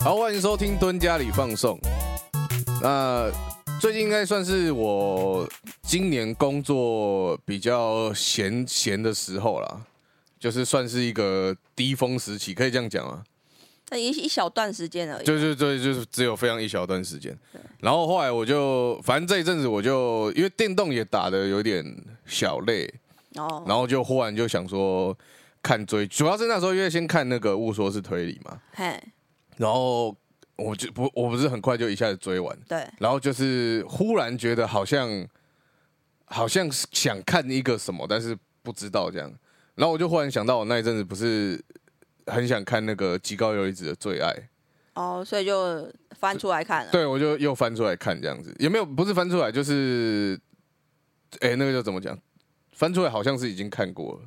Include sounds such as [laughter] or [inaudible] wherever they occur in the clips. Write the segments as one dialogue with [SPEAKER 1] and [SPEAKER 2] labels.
[SPEAKER 1] 好，欢迎收听蹲家里放送。那最近应该算是我今年工作比较闲闲的时候啦，就是算是一个低峰时期，可以这样讲吗？
[SPEAKER 2] 那一一小段时间而已。
[SPEAKER 1] 就是对，就是只有非常一小段时间。然后后来我就，反正这一阵子我就因为电动也打的有点小累，
[SPEAKER 2] 哦，
[SPEAKER 1] 然后就忽然就想说看追，主要是那时候因为先看那个《误说是推理》嘛，
[SPEAKER 2] 嘿，
[SPEAKER 1] 然后我就不我不是很快就一下子追完，
[SPEAKER 2] 对，
[SPEAKER 1] 然后就是忽然觉得好像好像是想看一个什么，但是不知道这样，然后我就忽然想到我那一阵子不是很想看那个极高游离子的最爱，
[SPEAKER 2] 哦，所以就翻出来看了。，
[SPEAKER 1] 对我就又翻出来看这样子，也没有不是翻出来就是，哎、那个叫怎么讲？翻出来好像是已经看过了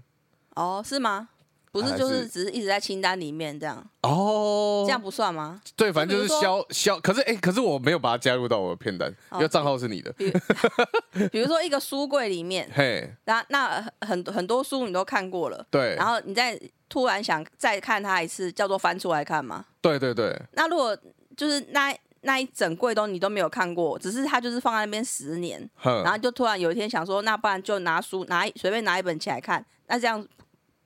[SPEAKER 2] 哦，是吗？不
[SPEAKER 1] 还
[SPEAKER 2] 是，就是是只是一直在清单里面这样，
[SPEAKER 1] 哦，
[SPEAKER 2] 这样不算吗？
[SPEAKER 1] 对，反正就
[SPEAKER 2] 比
[SPEAKER 1] 是
[SPEAKER 2] 如
[SPEAKER 1] 消消，可是哎、可是我没有把它加入到我的片单，
[SPEAKER 2] 哦
[SPEAKER 1] 因为账号是你的。
[SPEAKER 2] 比 [laughs] 如比如说一个书柜里面，
[SPEAKER 1] 嘿，
[SPEAKER 2] 那那很很多书你都看过了，
[SPEAKER 1] 对
[SPEAKER 2] 然，后你再突然想再看它一次，叫做翻出来看吗？
[SPEAKER 1] 对对对，
[SPEAKER 2] 那如果就是那那一整柜都你都没有看过，只是它就是放在那边十年，然
[SPEAKER 1] 哼，
[SPEAKER 2] 后就突然有一天想说，那不然就拿书拿一随便拿一本起来看，那这样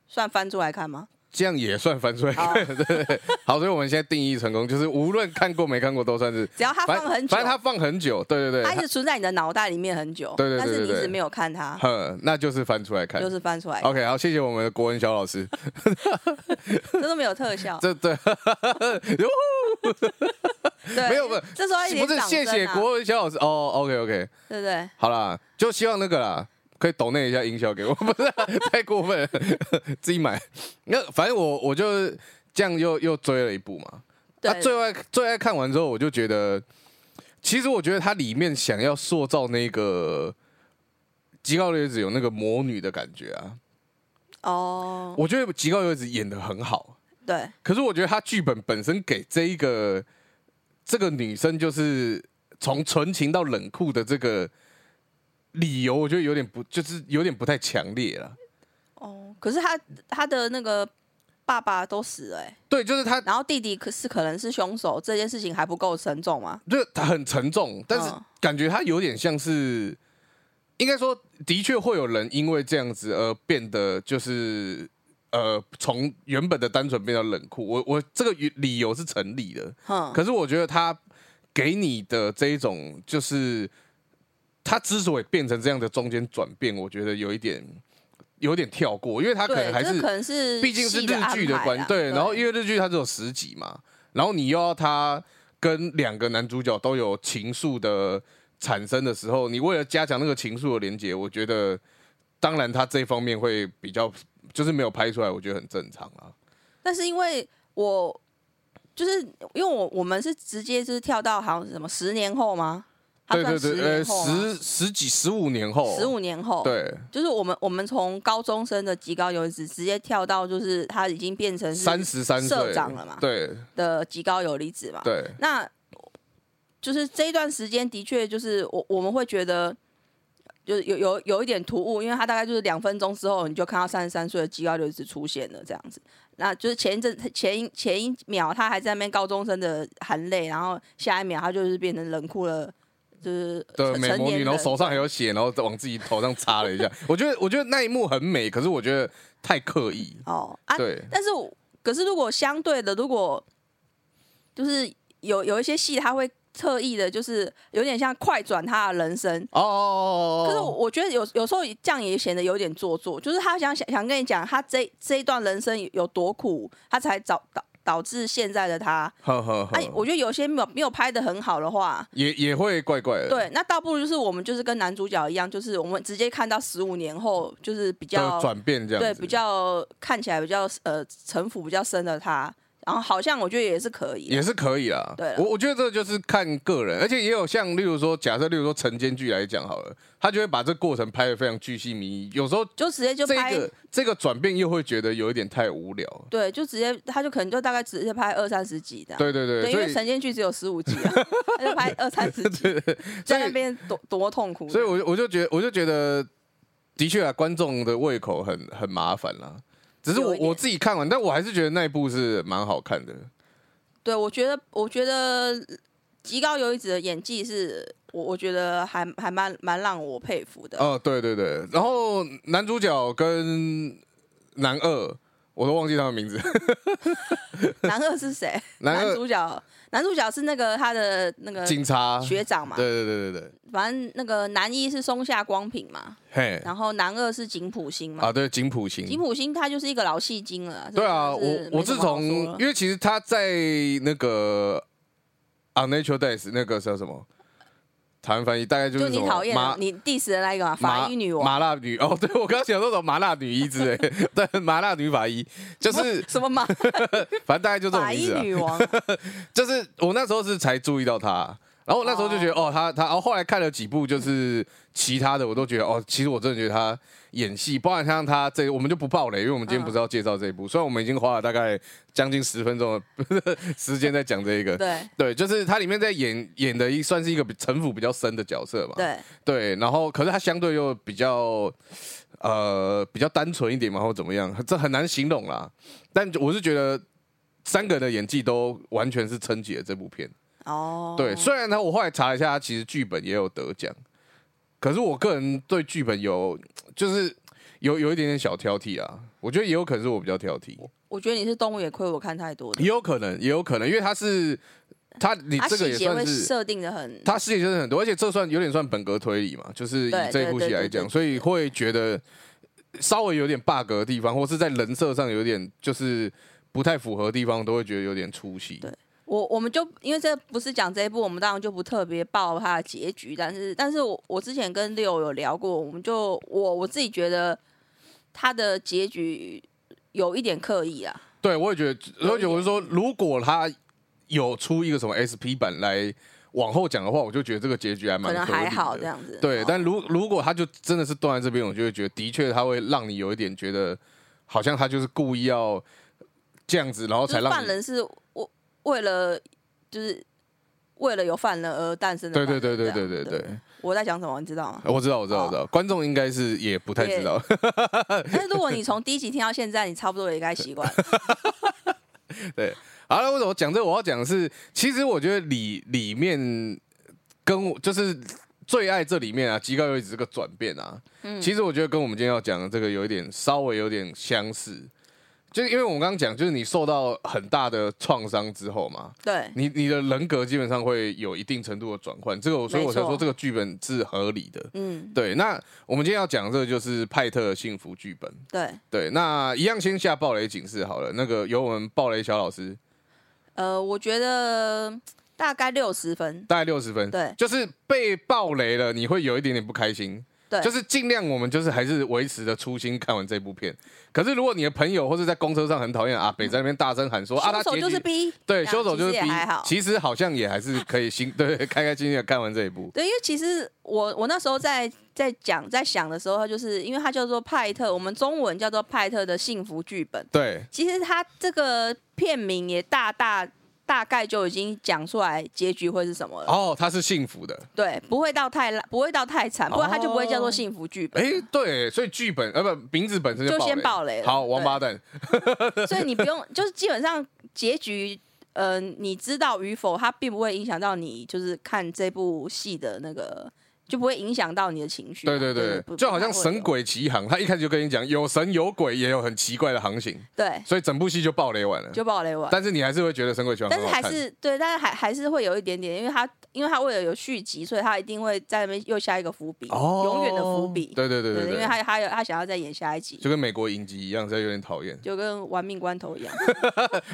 [SPEAKER 2] 算翻出来看吗？
[SPEAKER 1] 这样也算翻出来。
[SPEAKER 2] 哦
[SPEAKER 1] [laughs] 对对对，好，所以我们现在定义成功，就是无论看过没看过都算是，
[SPEAKER 2] 只要它
[SPEAKER 1] 反
[SPEAKER 2] 放很久，
[SPEAKER 1] 反正它放很久，对对
[SPEAKER 2] 它
[SPEAKER 1] 对
[SPEAKER 2] 一直存在你的脑袋里面很久，
[SPEAKER 1] 对对对
[SPEAKER 2] 但是
[SPEAKER 1] 对
[SPEAKER 2] 你
[SPEAKER 1] 对
[SPEAKER 2] 一直没有看它
[SPEAKER 1] 它，， [laughs] 哼，那就是翻出来看
[SPEAKER 2] 就。是翻出来，
[SPEAKER 1] OK，好，谢谢我们的国文小老师。
[SPEAKER 2] 这都没有特效，
[SPEAKER 1] 这对， [laughs]
[SPEAKER 2] [laughs] 对，
[SPEAKER 1] 没有不
[SPEAKER 2] 这时候一点
[SPEAKER 1] 不是
[SPEAKER 2] 掌声
[SPEAKER 1] 谢谢
[SPEAKER 2] 啊，
[SPEAKER 1] 国文啊小老师哦。OK OK，
[SPEAKER 2] 对不对？
[SPEAKER 1] 好啦，就希望那个啦，可以抖那一下音效给我， [laughs] 不是啊、太过分了， [laughs] 自己买。那反正我我就这样又又追了一部嘛。
[SPEAKER 2] 对，
[SPEAKER 1] 啊、最爱最爱看完之后，我就觉得，其实我觉得它里面想要塑造那个极高游子有那个魔女的感觉啊，
[SPEAKER 2] 哦，
[SPEAKER 1] 我觉得极高游子演的很好，
[SPEAKER 2] 对，
[SPEAKER 1] 可是我觉得他剧本本身给这一个这个女生就是从纯情到冷酷的这个理由，我觉得有点不就是有点不太强烈了。
[SPEAKER 2] 哦，可是他他的那个爸爸都死了、欸，
[SPEAKER 1] 对，就是他
[SPEAKER 2] 然后弟弟可是可能是凶手，这件事情还不够沉重吗？
[SPEAKER 1] 就是它很沉重，但是
[SPEAKER 2] 嗯
[SPEAKER 1] 感觉它有点像是，应该说，的确会有人因为这样子而变得就是呃，从原本的单纯变到冷酷。我我这个理由是成立的，
[SPEAKER 2] 哼，
[SPEAKER 1] 可是我觉得他给你的这一种，就是他之所以变成这样的中间转变，我觉得有一点有点跳过，因为他可能
[SPEAKER 2] 对，
[SPEAKER 1] 还
[SPEAKER 2] 这
[SPEAKER 1] 是
[SPEAKER 2] 可能是
[SPEAKER 1] 毕竟是
[SPEAKER 2] 戏
[SPEAKER 1] 日
[SPEAKER 2] 的安
[SPEAKER 1] 剧的
[SPEAKER 2] 排
[SPEAKER 1] 关
[SPEAKER 2] 啦
[SPEAKER 1] 对，然后
[SPEAKER 2] 对
[SPEAKER 1] 因为日剧它只有十集嘛，然后你又要它跟两个男主角都有情愫的产生的时候，你为了加强那个情愫的连接，我觉得当然它这方面会比较就是没有拍出来，我觉得很正常啊。
[SPEAKER 2] 但是因为我就是因为我我们是直接就是跳到好像是什么十年后吗？它
[SPEAKER 1] 对对
[SPEAKER 2] 算十
[SPEAKER 1] 对，呃，
[SPEAKER 2] 年后吗，
[SPEAKER 1] 十十几十五年后，
[SPEAKER 2] 十五年后，，
[SPEAKER 1] 对
[SPEAKER 2] 就是我们我们从高中生的极高游离子直接跳到就是他已经变成是
[SPEAKER 1] 三十三岁
[SPEAKER 2] 社长了嘛啊
[SPEAKER 1] 对
[SPEAKER 2] 的极高游离子嘛，
[SPEAKER 1] 对
[SPEAKER 2] 那就是这一段时间的确就是我我们会觉得。就是有有有一点突兀，因为他大概就是两分钟之后，你就看到三十三岁的极高流子出现了这样子。那就是前一阵前一前一秒他还在那边高中生的含泪，然后下一秒他就是变成冷酷了，就是
[SPEAKER 1] 对，
[SPEAKER 2] 成
[SPEAKER 1] 美魔
[SPEAKER 2] 成年
[SPEAKER 1] 女，
[SPEAKER 2] 人
[SPEAKER 1] 然后手上还有血，然后往自己头上擦了一下。我觉得，我觉得那一幕很美，可是我觉得太刻意。
[SPEAKER 2] 哦啊，
[SPEAKER 1] 对，
[SPEAKER 2] 但是我可是如果相对的，如果就是有有一些戏，他会特意的，就是有点像快转他的人生，
[SPEAKER 1] 哦哦哦哦哦，
[SPEAKER 2] 可是我我觉得有有时候这样也显得有点做作，就是他想想想跟你讲，他这这一段人生有多苦，他才导导导致现在的他。
[SPEAKER 1] 呵呵呵，
[SPEAKER 2] 哎、我觉得有些没有没有拍的很好的话，
[SPEAKER 1] 也也会怪怪的，
[SPEAKER 2] 对，那倒不如就是我们就是跟男主角一样，就是我们直接看到十五年后，就是比较
[SPEAKER 1] 的转变这样
[SPEAKER 2] 对
[SPEAKER 1] 子，
[SPEAKER 2] 比较看起来比较呃城府比较深的他，然后好像我觉得也是可以
[SPEAKER 1] 也
[SPEAKER 2] 的，
[SPEAKER 1] 是可以啦。
[SPEAKER 2] 对啦
[SPEAKER 1] 我我觉得这就是看个人，而且也有像例如说，假设例如说晨间剧来讲好了，他就会把这过程拍的非常巨细靡遗，有时候
[SPEAKER 2] 就直接就
[SPEAKER 1] 这
[SPEAKER 2] 拍。
[SPEAKER 1] 个这个转变又会觉得有一点太无聊了。
[SPEAKER 2] 对，就直接他就可能就大概直接拍二三十集的，
[SPEAKER 1] 对对对，
[SPEAKER 2] 对，因
[SPEAKER 1] 所
[SPEAKER 2] 为
[SPEAKER 1] 以
[SPEAKER 2] 神仙剧只有十五集啊， [laughs] 他就拍二三十
[SPEAKER 1] [laughs]
[SPEAKER 2] 集，
[SPEAKER 1] 所
[SPEAKER 2] 在
[SPEAKER 1] 以
[SPEAKER 2] 那边多多痛苦。
[SPEAKER 1] 所以我就我就觉得，我就觉得，的确啊，观众的胃口很很麻烦啦。只是
[SPEAKER 2] 有
[SPEAKER 1] 我
[SPEAKER 2] 一点
[SPEAKER 1] 我自己看完，但我还是觉得那一部是蛮好看的。
[SPEAKER 2] 对我觉得，我觉得吉高由里子的演技是我我觉得还还蛮蛮让我佩服的。
[SPEAKER 1] 哦，对对对，然后男主角跟男二，我都忘记他的名字。
[SPEAKER 2] 男二是谁？
[SPEAKER 1] [laughs] 男二
[SPEAKER 2] 主角，男主角是那个他的那个
[SPEAKER 1] 警察，对
[SPEAKER 2] 学长嘛，
[SPEAKER 1] 对对对对，
[SPEAKER 2] 反正那个男一是松下光平嘛，
[SPEAKER 1] 嘿
[SPEAKER 2] 然后男二是井浦新嘛。
[SPEAKER 1] 啊，对井浦
[SPEAKER 2] 井
[SPEAKER 1] 新。
[SPEAKER 2] 浦新他就是一个老戏精了啊，
[SPEAKER 1] 对啊，
[SPEAKER 2] 这
[SPEAKER 1] 我
[SPEAKER 2] 个
[SPEAKER 1] 我
[SPEAKER 2] 是
[SPEAKER 1] 自
[SPEAKER 2] 没什么好
[SPEAKER 1] 从
[SPEAKER 2] 说了
[SPEAKER 1] 因为其实他在那个《On Nature Days》那个叫什么台湾翻译，大概就是
[SPEAKER 2] 就
[SPEAKER 1] 什
[SPEAKER 2] 你
[SPEAKER 1] 么
[SPEAKER 2] 讨厌
[SPEAKER 1] 麻
[SPEAKER 2] 的你 diss 的那一个嘛，
[SPEAKER 1] 麻
[SPEAKER 2] 法医女王，
[SPEAKER 1] 麻辣女哦，对我刚刚想说什么麻辣女医之类， [laughs] 对麻辣女法医，
[SPEAKER 2] [laughs]
[SPEAKER 1] 就是
[SPEAKER 2] 什么马
[SPEAKER 1] 反正大概就这种
[SPEAKER 2] 法
[SPEAKER 1] 名
[SPEAKER 2] 医
[SPEAKER 1] 字啊。
[SPEAKER 2] 女王，
[SPEAKER 1] 就是我那时候是才注意到他，然后我那时候就觉得哦他他，然后后来看了几部就是其他的，我都觉得哦，其实我真的觉得他演戏，包含像他这，我们就不爆雷，因为我们今天不是要介绍这一部，虽然我们已经花了大概将近十分钟的 [laughs] 时间在讲这一个。 [laughs]
[SPEAKER 2] 对
[SPEAKER 1] 对，就是他里面在演演的一算是一个比城府比较深的角色嘛，
[SPEAKER 2] 对，
[SPEAKER 1] 对，然后可是他相对又比较呃比较单纯一点嘛，或怎么样，这很难形容啦。但我是觉得三个人的演技都完全是撑起了这部片。
[SPEAKER 2] 哦，
[SPEAKER 1] 对，虽然他我后来查了一下，他其实剧本也有得奖，可是我个人对剧本有就是有有一点点小挑剔啊。我觉得也有可能是我比较挑剔，
[SPEAKER 2] 我觉得你是动物也亏我看太多的
[SPEAKER 1] 也，有可能，也有可能，因为他是他你
[SPEAKER 2] 他
[SPEAKER 1] 这个
[SPEAKER 2] 啊细
[SPEAKER 1] 也
[SPEAKER 2] 节
[SPEAKER 1] 算
[SPEAKER 2] 会
[SPEAKER 1] 是
[SPEAKER 2] 设定的很，
[SPEAKER 1] 他事情真的很多，而且这算有点算本格推理嘛，就是以
[SPEAKER 2] 对
[SPEAKER 1] 这一部戏来
[SPEAKER 2] 对对对对
[SPEAKER 1] 讲，
[SPEAKER 2] 对
[SPEAKER 1] 所以会觉得稍微有点 bug 的地方，或是在人设上有点就是不太符合的地方，都会觉得有点出戏。
[SPEAKER 2] 对我我们就因为这不是讲这一部，我们当然就不特别报它的结局，但是但是我我之前跟六有聊过，我们就我我自己觉得它的结局有一点刻意啊，
[SPEAKER 1] 对，我也觉得，
[SPEAKER 2] 有一点
[SPEAKER 1] 而且我是说，如果他有出一个什么 SP 版来往后讲的话，我就觉得这个结局还
[SPEAKER 2] 可
[SPEAKER 1] 蛮
[SPEAKER 2] 能
[SPEAKER 1] 合理
[SPEAKER 2] 还好这
[SPEAKER 1] 的。
[SPEAKER 2] 样子。
[SPEAKER 1] 对，
[SPEAKER 2] 哦
[SPEAKER 1] 但如如果他就真的是断在这边，我就会觉得，的确他会让你有一点觉得，好像他就是故意要这样子，然后
[SPEAKER 2] 就
[SPEAKER 1] 才
[SPEAKER 2] 是
[SPEAKER 1] 让
[SPEAKER 2] 犯
[SPEAKER 1] 你
[SPEAKER 2] 人是为为了就是为了有犯人而诞生的
[SPEAKER 1] 对
[SPEAKER 2] 犯
[SPEAKER 1] 对
[SPEAKER 2] 人这
[SPEAKER 1] 对
[SPEAKER 2] 样。
[SPEAKER 1] 对对对对。？
[SPEAKER 2] 我在讲什么，你知道吗
[SPEAKER 1] 我知道，我知道，
[SPEAKER 2] 哦
[SPEAKER 1] 我知道，观众应该是也不太知道。
[SPEAKER 2] 但是如果你从第一集听到现在，你差不多也该习惯了。
[SPEAKER 1] [laughs] 好了，为什么讲这个？我要讲的是，其实我觉得里里面跟我就是最爱这里面啊，极高有一直这个转变啊，
[SPEAKER 2] 嗯
[SPEAKER 1] 其实我觉得跟我们今天要讲的这个有一点稍微有点相似，就是因为我们刚刚讲，就是你受到很大的创伤之后嘛，
[SPEAKER 2] 对
[SPEAKER 1] 你你的人格基本上会有一定程度的转换，这个我所以我才
[SPEAKER 2] 没
[SPEAKER 1] 说
[SPEAKER 2] 错
[SPEAKER 1] 这个剧本是合理的。
[SPEAKER 2] 嗯，
[SPEAKER 1] 对，那我们今天要讲的这个就是派特的幸福剧本。
[SPEAKER 2] 对。
[SPEAKER 1] 对，那一样先下暴雷警示好了。那个由我们暴雷小老师，
[SPEAKER 2] 呃，我觉得大概六十分。
[SPEAKER 1] 大概六十分。
[SPEAKER 2] 对
[SPEAKER 1] 就是被暴雷了，你会有一点点不开心。
[SPEAKER 2] 对，
[SPEAKER 1] 就是尽量我们就是还是维持着初心看完这部片。可是如果你的朋友或是在公车上很讨厌啊阿北在那边大声喊说、啊，他
[SPEAKER 2] 嗯凶手
[SPEAKER 1] 结
[SPEAKER 2] 就是
[SPEAKER 1] 局
[SPEAKER 2] B。
[SPEAKER 1] 对，
[SPEAKER 2] 这样
[SPEAKER 1] 凶手就是
[SPEAKER 2] 其
[SPEAKER 1] B，
[SPEAKER 2] 实也还好
[SPEAKER 1] 其实好像也还是可以心 [laughs] 对开开心心的看完这一部。
[SPEAKER 2] 对，因为其实我我那时候在在讲在想的时候，它就是因为它叫做派特，我们中文叫做派特的幸福剧本。
[SPEAKER 1] 对
[SPEAKER 2] 其实它这个片名也大大大概就已经讲出来结局会是什么了。
[SPEAKER 1] 哦，他是幸福的。
[SPEAKER 2] 对，不会到太烂，不会到太惨，不然它就不会叫做幸福剧本。
[SPEAKER 1] 哎、对，所以剧本呃不名字本身就
[SPEAKER 2] 就
[SPEAKER 1] 暴雷
[SPEAKER 2] 先暴雷了
[SPEAKER 1] 好，王
[SPEAKER 2] 对
[SPEAKER 1] 八蛋。 [laughs]
[SPEAKER 2] 所以你不用，就是基本上结局，呃，你知道与否，它并不会影响到你，就是看这部戏的那个，就不会影响到你的情绪嘛。啊
[SPEAKER 1] 对对对
[SPEAKER 2] 不，
[SPEAKER 1] 就好像
[SPEAKER 2] 不太会
[SPEAKER 1] 神
[SPEAKER 2] 有
[SPEAKER 1] 鬼奇航，他一开始就跟你讲有神有鬼，也有很奇怪的航行，
[SPEAKER 2] 对，
[SPEAKER 1] 所以整部戏就爆雷完了。
[SPEAKER 2] 就暴雷完。
[SPEAKER 1] 嗯但是你还是会觉得神鬼奇航
[SPEAKER 2] 但
[SPEAKER 1] 很
[SPEAKER 2] 是
[SPEAKER 1] 好
[SPEAKER 2] 还
[SPEAKER 1] 看，
[SPEAKER 2] 是对，但是还还是会有一点点，因为他因为他为了有续集，所以他一定会在那边又下一个伏笔，
[SPEAKER 1] 哦
[SPEAKER 2] 永远的伏笔。
[SPEAKER 1] 对对对对
[SPEAKER 2] 因为
[SPEAKER 1] 对，
[SPEAKER 2] 他他有他想要再演下一集，。
[SPEAKER 1] 就跟美国影集一样，这有点讨厌
[SPEAKER 2] 就跟玩命关头一
[SPEAKER 1] [laughs]
[SPEAKER 2] 样，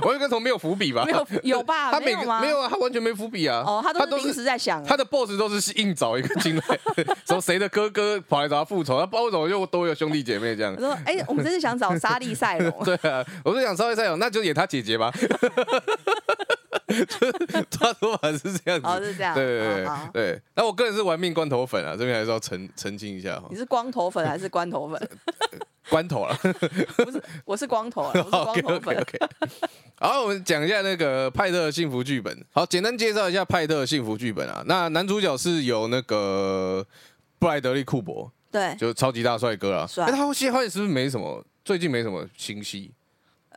[SPEAKER 1] 我就跟头没有伏笔吧
[SPEAKER 2] 没？有有吧？
[SPEAKER 1] 他
[SPEAKER 2] 没
[SPEAKER 1] 每
[SPEAKER 2] 有
[SPEAKER 1] 个
[SPEAKER 2] 吗？
[SPEAKER 1] 没有啊，他完全没伏笔啊。
[SPEAKER 2] 哦，他
[SPEAKER 1] 他
[SPEAKER 2] 都是临时在想啊，
[SPEAKER 1] 他的 boss 都是硬找一个进来， [laughs] 说谁的哥哥跑来找他复仇，他不知道为什么又都有兄弟姐妹这样
[SPEAKER 2] 我。说，哎、我们这次想找莎莉赛龙，
[SPEAKER 1] [laughs] 对啊，我就想稍微再有，那就演他姐姐吧。 [laughs] 就是他说法是这样子
[SPEAKER 2] 哦，，是这样，
[SPEAKER 1] 对对
[SPEAKER 2] 好好
[SPEAKER 1] 对对，那我个人是玩命关头粉啊，这边还是要澄澄清一下哈
[SPEAKER 2] 你，是光头粉还是关
[SPEAKER 1] [laughs]
[SPEAKER 2] 头粉？
[SPEAKER 1] 关头啊了，
[SPEAKER 2] 我是光头 [laughs] 啊，我
[SPEAKER 1] [laughs]
[SPEAKER 2] 是光头
[SPEAKER 1] OK
[SPEAKER 2] 粉。 [laughs]
[SPEAKER 1] OK。好，我们讲一下那个派特的幸福剧本。好，简单介绍一下派特的幸福剧本啊。那男主角是由那个布莱德利库伯，
[SPEAKER 2] 对，
[SPEAKER 1] 就是超级大帅哥啊。
[SPEAKER 2] 帅
[SPEAKER 1] 那他后戏后来是不是没什么？最近没什么新戏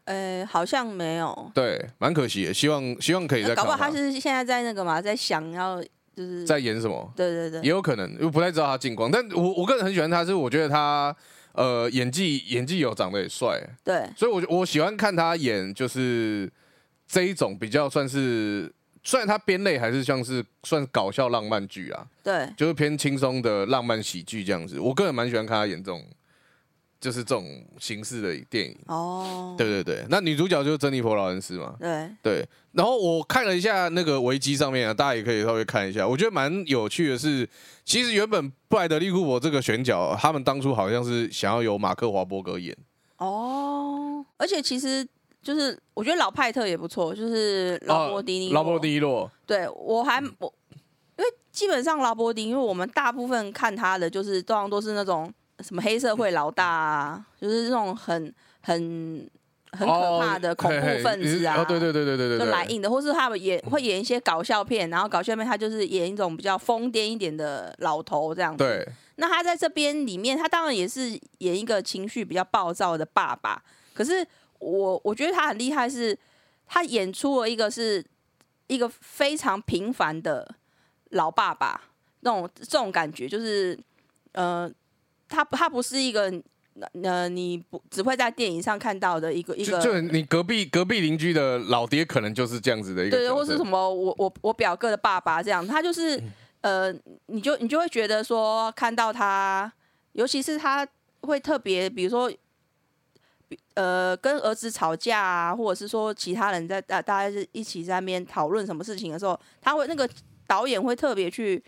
[SPEAKER 2] 呃，好像没有，
[SPEAKER 1] 对，蛮可惜的，希望希望可以再
[SPEAKER 2] 搞
[SPEAKER 1] 看
[SPEAKER 2] 不好
[SPEAKER 1] 吧。
[SPEAKER 2] 他是现在在那个嘛，在想要就是
[SPEAKER 1] 在演什么，
[SPEAKER 2] 对对对，
[SPEAKER 1] 也有可能，我不太知道他近况，但我我个人很喜欢他，是我觉得他呃演技演技有，长得也帅，
[SPEAKER 2] 对
[SPEAKER 1] 所以我我喜欢看他演就是这一种比较算是。虽然他编类还是像是算是搞笑浪漫剧啊，
[SPEAKER 2] 对，
[SPEAKER 1] 就是偏轻松的浪漫喜剧这样子。我个人蛮喜欢看他演这种，就是这种形式的电影。
[SPEAKER 2] 哦，
[SPEAKER 1] 对对对，那女主角就是珍妮佛·劳伦斯嘛。
[SPEAKER 2] 对
[SPEAKER 1] 对，然后我看了一下那个维基上面啊，大家也可以稍微看一下，我觉得蛮有趣的是，其实原本布莱德利·库珀这个选角，他们当初好像是想要由马克·华伯格演，
[SPEAKER 2] 哦，而且其实就是我觉得老派特也不错，就是
[SPEAKER 1] 哦
[SPEAKER 2] 劳勃迪尼、
[SPEAKER 1] 劳勃迪尼洛，
[SPEAKER 2] 对我还
[SPEAKER 1] 嗯
[SPEAKER 2] 我，因为基本上劳勃迪，因为我们大部分看他的就是通常都是那种什么黑社会老大啊，就是那种很很很可怕的
[SPEAKER 1] 哦
[SPEAKER 2] 恐怖
[SPEAKER 1] 嘿嘿
[SPEAKER 2] 分子啊，
[SPEAKER 1] 哦，对对对对对对
[SPEAKER 2] 就来
[SPEAKER 1] 对，嗯
[SPEAKER 2] 硬的，或是他们演会演一些搞笑片，然后搞笑片他就是演一种比较疯癫一点的老头这样子。
[SPEAKER 1] 对
[SPEAKER 2] 那他在这边里面，他当然也是演一个情绪比较暴躁的爸爸。可是我我觉得他很厉害是，他演出了一个是一个非常平凡的老爸爸那种这种感觉，就是呃，他他不是一个呃你不只会在电影上看到的一个一
[SPEAKER 1] 就
[SPEAKER 2] 个
[SPEAKER 1] 就你隔壁隔壁邻居的老爹，可能就是这样子的一个角色，嗯
[SPEAKER 2] 对对，或是什么我我我表哥的爸爸这样，他就是呃，你就你就会觉得说看到他，尤其是他会特别，比如说。比呃，跟儿子吵架啊，或者是说其他人在大大家是一起在那边讨论什么事情的时候，他会那个导演会特别去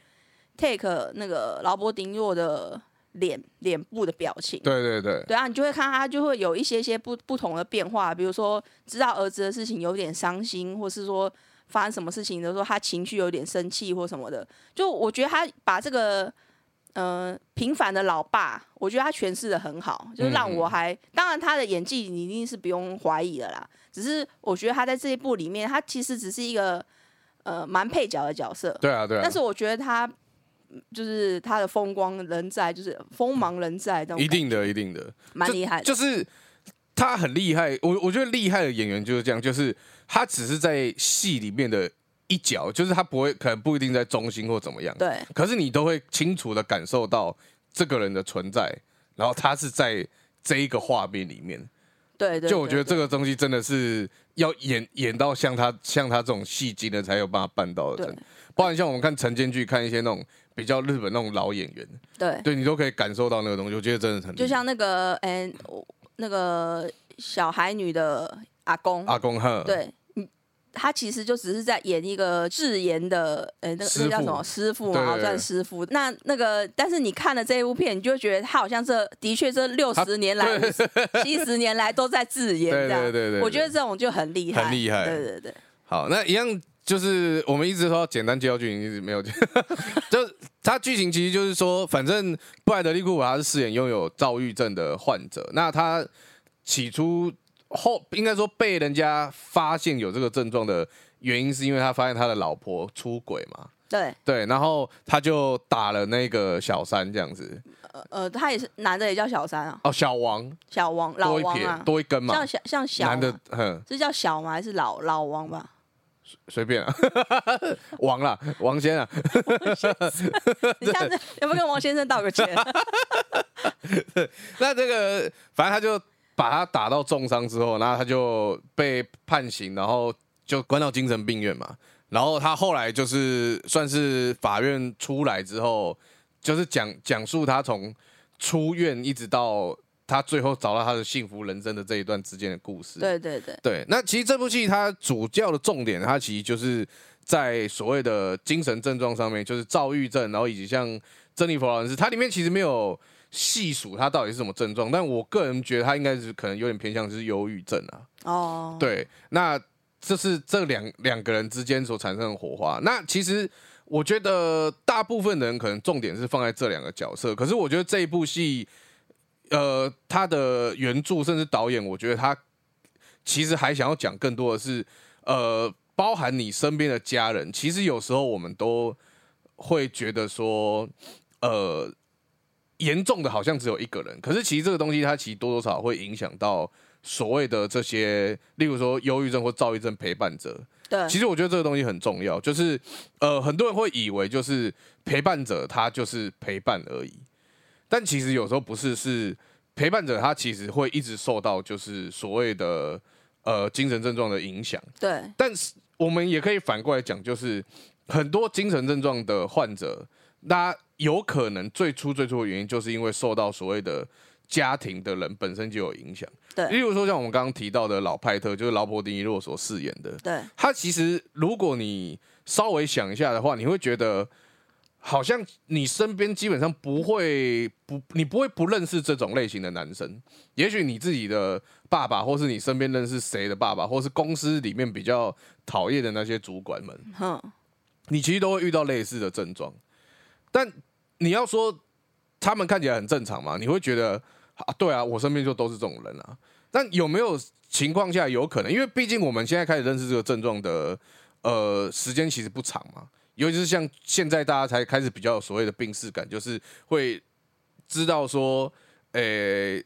[SPEAKER 2] take 那个劳勃迪诺的脸脸部的表情，
[SPEAKER 1] 对对对，
[SPEAKER 2] 对啊，你就会看他就会有一些些不不同的变化，比如说知道儿子的事情有点伤心，或是说发生什么事情的时候，他情绪有点生气或什么的。就我觉得他把这个呃平凡的老爸，我觉得他诠释的很好，
[SPEAKER 1] 嗯
[SPEAKER 2] 就是让我还、当然他的演技你一定是不用怀疑的啦，只是我觉得他在这一部里面，他其实只是一个呃蛮配角的角色，
[SPEAKER 1] 对啊对啊，
[SPEAKER 2] 但是我觉得他。嗯就是他的风光人在，就是呃锋芒人在，这种
[SPEAKER 1] 嗯一
[SPEAKER 2] 感
[SPEAKER 1] 定的一定的，
[SPEAKER 2] 蛮厉害的。
[SPEAKER 1] 就是他很厉害，我我觉得厉害的演员就是这样，就是他只是在戏里面的一角，就是他不会可能不一定在中心或怎么样，
[SPEAKER 2] 对
[SPEAKER 1] 可是你都会清楚的感受到这个人的存在，然后他是在这一个画面里面。
[SPEAKER 2] 对对，
[SPEAKER 1] 就我觉得
[SPEAKER 2] 对
[SPEAKER 1] 这个东西真的是要演演到像他像他这种戏精的才有办法办到的，
[SPEAKER 2] 对
[SPEAKER 1] 真的不然像我们看晨间剧，看一些那种比较日本那种老演员，
[SPEAKER 2] 对，
[SPEAKER 1] 对你都可以感受到那个东西，我觉得真的很厉害
[SPEAKER 2] 就像那个哎、我那个小孩女的阿公，
[SPEAKER 1] 阿公哈，
[SPEAKER 2] 对，嗯，他其实就只是在演一个智妍的哎、那个那
[SPEAKER 1] 师
[SPEAKER 2] 叫
[SPEAKER 1] 傅
[SPEAKER 2] 什么师傅
[SPEAKER 1] 对
[SPEAKER 2] 嘛，
[SPEAKER 1] 对
[SPEAKER 2] 然后算
[SPEAKER 1] 对
[SPEAKER 2] 师傅。那那个，但是你看了这一部片，你就会觉得他好像这的确这六
[SPEAKER 1] 他
[SPEAKER 2] 十年来、七十年来都在智妍
[SPEAKER 1] 对
[SPEAKER 2] 这样。
[SPEAKER 1] 对对对
[SPEAKER 2] 我觉
[SPEAKER 1] 对
[SPEAKER 2] 得这种就很厉害，
[SPEAKER 1] 很厉害
[SPEAKER 2] 对对对，
[SPEAKER 1] 好，那一样就是我们一直说简单介绍剧情，一直没有，
[SPEAKER 2] [laughs]
[SPEAKER 1] 就是它剧情其实就是说，反正布莱德利·库珀他是饰演拥有躁郁症的患者，那他起初后应该说被人家发现有这个症状的原因，是因为他发现他的老婆出轨嘛。
[SPEAKER 2] 对，
[SPEAKER 1] 对，然后他就打了那个小三这样子，
[SPEAKER 2] 呃呃，他也是男的也叫小三啊，
[SPEAKER 1] 哦，小王
[SPEAKER 2] 小王老
[SPEAKER 1] 多一
[SPEAKER 2] 王
[SPEAKER 1] 撇
[SPEAKER 2] 啊，
[SPEAKER 1] 多一根嘛
[SPEAKER 2] 像，小像小啊
[SPEAKER 1] 男的
[SPEAKER 2] 嘛
[SPEAKER 1] 哼
[SPEAKER 2] 是叫小吗？还是老老王吧？
[SPEAKER 1] [laughs] 随便啊， [laughs] 王啦，王先啊，
[SPEAKER 2] 你看，要不要跟王先生道个歉？
[SPEAKER 1] [laughs] 那这个反正他就把他打到重伤之后，然后他就被判刑，然后就关到精神病院嘛。然后他后来就是算是法院出来之后，就是讲讲述他从出院一直到他最后找到他的幸福人生的这一段之间的故事。
[SPEAKER 2] [laughs] 对对对
[SPEAKER 1] [laughs] 对，那其实这部戏它主要的重点，它其实就是在所谓的精神症状上面，就是躁郁症，然后以及像珍妮佛劳伦斯，它里面其实没有细数它到底是什么症状，但我个人觉得它应该是可能有点偏向是忧郁症啊。
[SPEAKER 2] 哦，
[SPEAKER 1] 对，那这是这两两个人之间所产生的火花。那其实我觉得大部分人可能重点是放在这两个角色，可是我觉得这一部戏，呃，他的原著甚至导演，我觉得他其实还想要讲更多的是，呃，包含你身边的家人。其实有时候我们都会觉得说，呃，严重的好像只有一个人，可是其实这个东西它其实多多少少会影响到所谓的这些，例如说忧郁症或躁郁症陪伴者。
[SPEAKER 2] 对，
[SPEAKER 1] 其实我觉得这个东西很重要，就是呃，很多人会以为就是陪伴者他就是陪伴而已，但其实有时候不是，是陪伴者他其实会一直受到就是所谓的呃精神症状的影响。
[SPEAKER 2] 对，
[SPEAKER 1] 但是我们也可以反过来讲，就是很多精神症状的患者，那有可能最初最初的原因，就是因为受到所谓的家庭的人本身就有影响。
[SPEAKER 2] 对
[SPEAKER 1] 例如说像我们刚刚提到的老派特，就是劳勃迪尼洛所饰演的，
[SPEAKER 2] 对，
[SPEAKER 1] 他其实如果你稍微想一下的话，你会觉得。好像你身边基本上不会不，你不会不认识这种类型的男生。也许你自己的爸爸，或是你身边认识谁的爸爸，或是公司里面比较讨厌的那些主管们，
[SPEAKER 2] 哼，
[SPEAKER 1] 你其实都会遇到类似的症状。但你要说他们看起来很正常嘛，你会觉得啊，对啊，我身边就都是这种人啊。但有没有情况下有可能？因为毕竟我们现在开始认识这个症状的呃时间其实不长嘛，尤其是像现在大家才开始比较有所谓的病视感，就是会知道说，诶、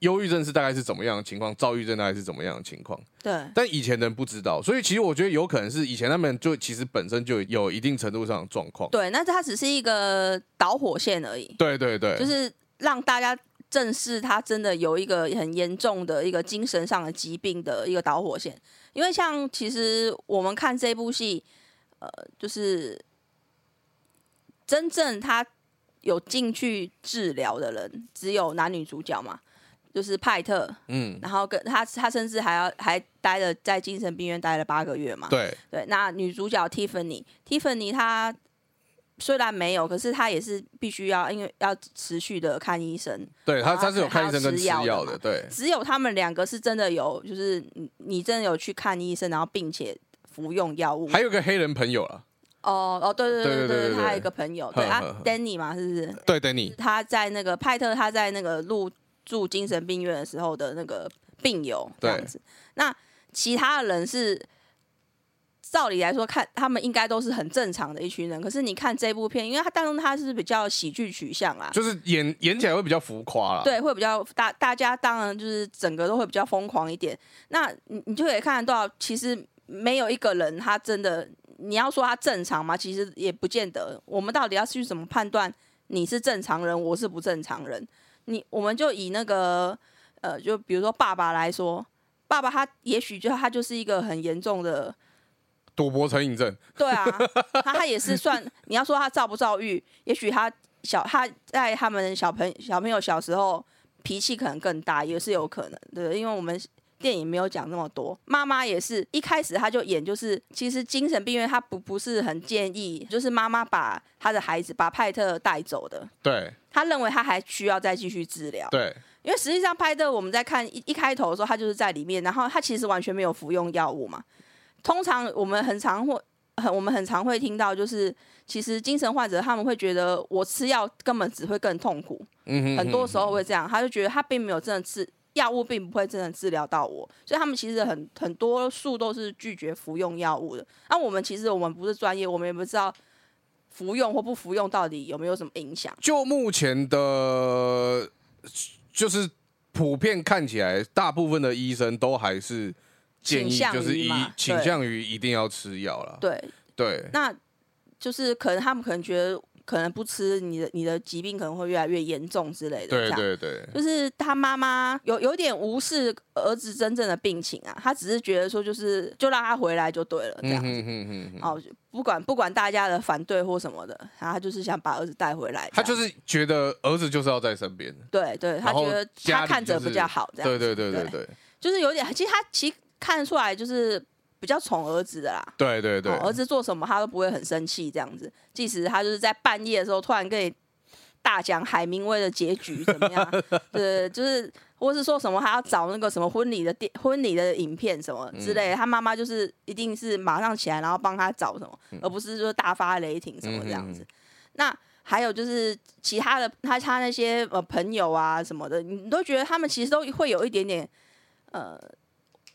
[SPEAKER 1] 忧郁症是大概是怎么样的情况，躁郁症大概是怎么样的情况。
[SPEAKER 2] 对，
[SPEAKER 1] 但以前人不知道，所以其实我觉得有可能是以前他们就其实本身就有一定程度上的状况。
[SPEAKER 2] 对，那它只是一个导火线而已，
[SPEAKER 1] 对对对，
[SPEAKER 2] 就是让大家正视他真的有一个很严重的一个精神上的疾病的一个导火线。因为像其实我们看这部戏，呃，就是真正他有进去治疗的人，只有男女主角嘛，就是派特，
[SPEAKER 1] 嗯，
[SPEAKER 2] 然后跟他他甚至还要还待了在精神病院待了八个月嘛，
[SPEAKER 1] 对
[SPEAKER 2] 对，那女主角 Tiffany，Tiffany 她虽然没有，可是她也是必须要，因为要持续的看医生。
[SPEAKER 1] 对，他
[SPEAKER 2] 然后
[SPEAKER 1] 他是有
[SPEAKER 2] 啊还
[SPEAKER 1] 看
[SPEAKER 2] 要
[SPEAKER 1] 医生跟吃
[SPEAKER 2] 吃药的
[SPEAKER 1] 药
[SPEAKER 2] 嘛
[SPEAKER 1] 的，对
[SPEAKER 2] 只有他们两个是真的有，就是你你真的有去看医生，然后并且服用药物。
[SPEAKER 1] 还有一个黑人朋友啦，
[SPEAKER 2] 哦哦，对
[SPEAKER 1] 对
[SPEAKER 2] 对
[SPEAKER 1] 对
[SPEAKER 2] 对
[SPEAKER 1] 对
[SPEAKER 2] 对
[SPEAKER 1] 对
[SPEAKER 2] 他有一个朋友，
[SPEAKER 1] 呵
[SPEAKER 2] 对
[SPEAKER 1] 呵
[SPEAKER 2] 啊
[SPEAKER 1] 呵
[SPEAKER 2] ，Danny 嘛，是不是？
[SPEAKER 1] 对，Danny，
[SPEAKER 2] 他在那个派特，他在那个入住精神病院的时候的那个病友这
[SPEAKER 1] 对
[SPEAKER 2] 样子。那其他的人是，照理来说看他们应该都是很正常的一群人，可是你看这部片，因为他当中他是比较喜剧取向啊，
[SPEAKER 1] 就是演演起来会比较浮夸啦。
[SPEAKER 2] 对，会比较大，大家当然就是整个都会比较疯狂一点。那你你就可以看得到，其实没有一个人他真的，你要说他正常吗？其实也不见得。我们到底要去怎么判断你是正常人，我是不正常人？你我们就以那个呃，就比如说爸爸来说，爸爸他也许就他就是一个很严重的
[SPEAKER 1] 赌博成瘾症，
[SPEAKER 2] 对啊，他他也是算，你要说他躁不躁郁，也许他小他在他们小朋小朋友小时候脾气可能更大，也是有可能，对不对，因为我们。电影没有讲那么多，妈妈也是一开始他就演，就是其实精神病院他不不是很建议，就是妈妈把他的孩子把派特带走的，
[SPEAKER 1] 对
[SPEAKER 2] 他认为他还需要再继续治疗，
[SPEAKER 1] 对
[SPEAKER 2] 因为实际上拍的我们在看一一开头的时候，他就是在里面，然后他其实完全没有服用药物嘛。通常我们很常会很我们很常会听到，就是其实精神患者他们会觉得我吃药根本只会更痛苦，
[SPEAKER 1] 嗯哼，
[SPEAKER 2] 很多时候会这样，他就觉得他并没有真的治药物，并不会真的治疗到我，所以他们其实很很多数都是拒绝服用药物的。那我们其实我们不是专业，我们也不知道服用或不服用到底有没有什么影响。
[SPEAKER 1] 就目前的，就是普遍看起来，大部分的医生都还是建议
[SPEAKER 2] 倾向
[SPEAKER 1] 就是
[SPEAKER 2] 于
[SPEAKER 1] 一
[SPEAKER 2] 嘛
[SPEAKER 1] 倾
[SPEAKER 2] 对
[SPEAKER 1] 向于一定要吃药啦。
[SPEAKER 2] 对，
[SPEAKER 1] 对
[SPEAKER 2] 那就是可能他们可能觉得，可能不吃你的你的疾病可能会越来越严重之类的。这
[SPEAKER 1] 对
[SPEAKER 2] 样
[SPEAKER 1] 对对，
[SPEAKER 2] 就是他妈妈有有点无视儿子真正的病情啊，他只是觉得说就是就让他回来就对了这
[SPEAKER 1] 嗯
[SPEAKER 2] 样。
[SPEAKER 1] 哼哼哼哼。
[SPEAKER 2] 哦，不管不管大家的反对或什么的，然后他就是想把儿子带回来。
[SPEAKER 1] 他就是是觉得儿子就是要在身边，
[SPEAKER 2] 对对，他
[SPEAKER 1] 然后
[SPEAKER 2] 觉得
[SPEAKER 1] 家
[SPEAKER 2] 他
[SPEAKER 1] 里
[SPEAKER 2] 看着
[SPEAKER 1] 就是
[SPEAKER 2] 比较好，这样
[SPEAKER 1] 对对对对
[SPEAKER 2] 对
[SPEAKER 1] 对
[SPEAKER 2] 就是有点，其实他其实看得出来就是比较宠儿子的啦。
[SPEAKER 1] 对对对，
[SPEAKER 2] 哦儿子做什么他都不会很生气这样子。即使他就是在半夜的时候突然跟你大讲海明威的结局怎么样，
[SPEAKER 1] [laughs]
[SPEAKER 2] 对，就是或是说什么他要找那个什么婚礼的电婚礼的影片什么之类的，他妈妈就是一定是马上起来然后帮他找什么，
[SPEAKER 1] 嗯
[SPEAKER 2] 而不是说大发雷霆什么这样子。那还有就是其他的，他他那些呃朋友啊什么的，你都觉得他们其实都会有一点点，呃，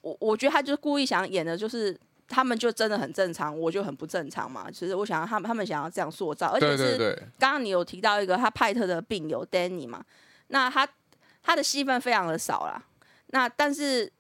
[SPEAKER 2] 我我觉得他就是故意想演的，就是他们就真的很正常，我就很不正常嘛。其实我想要他们，他们想要这样塑造，而且
[SPEAKER 1] 对对
[SPEAKER 2] 是
[SPEAKER 1] 对，
[SPEAKER 2] 刚刚你有提到一个他派特的病友 Danny 嘛，那他他的戏份非常的少啦。那但是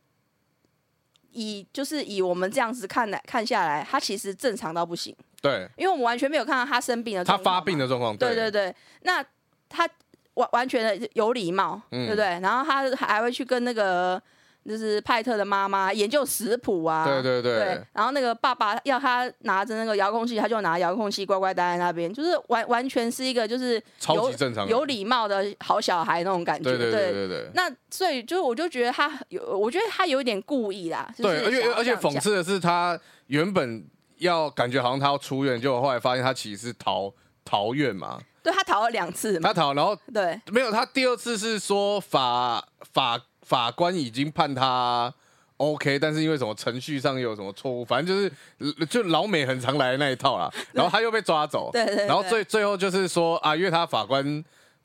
[SPEAKER 2] 以就是以我们这样子看来看下来，他其实正常到不行，
[SPEAKER 1] 对
[SPEAKER 2] 因为我们完全没有看到他生病的
[SPEAKER 1] 他
[SPEAKER 2] 状况
[SPEAKER 1] 发
[SPEAKER 2] 嘛
[SPEAKER 1] 病的状况，
[SPEAKER 2] 对对
[SPEAKER 1] 对
[SPEAKER 2] 对，那他完完全的有礼貌，
[SPEAKER 1] 嗯
[SPEAKER 2] 对不对？然后他还会去跟那个就是派特的妈妈研究食谱啊，
[SPEAKER 1] 对对
[SPEAKER 2] 对
[SPEAKER 1] 对，
[SPEAKER 2] 然后那个爸爸要他拿着那个遥控器，他就拿遥控器乖乖待在那边，就是完完全是一个就是
[SPEAKER 1] 超
[SPEAKER 2] 有
[SPEAKER 1] 级正常人，
[SPEAKER 2] 有礼貌的好小孩那种感觉，
[SPEAKER 1] 对对对对对。
[SPEAKER 2] 那所以就是，我就觉得他有，我觉得他有一点故意啦。就是
[SPEAKER 1] 对，而
[SPEAKER 2] 想
[SPEAKER 1] 且
[SPEAKER 2] 要
[SPEAKER 1] 而且
[SPEAKER 2] 这样
[SPEAKER 1] 讽
[SPEAKER 2] 讲
[SPEAKER 1] 刺的是，他原本要感觉好像他要出院，结果后来发现他其实是逃逃院嘛，
[SPEAKER 2] 对他逃了两次嘛，
[SPEAKER 1] 他逃，然后
[SPEAKER 2] 对
[SPEAKER 1] 没有，他第二次是说法法法官已经判他 OK，但是因为什么程序上有什么错误，反正就是就老美很常来的那一套啦。然后他又被抓走，
[SPEAKER 2] 对对对
[SPEAKER 1] 然后最最后就是说啊，因为他法官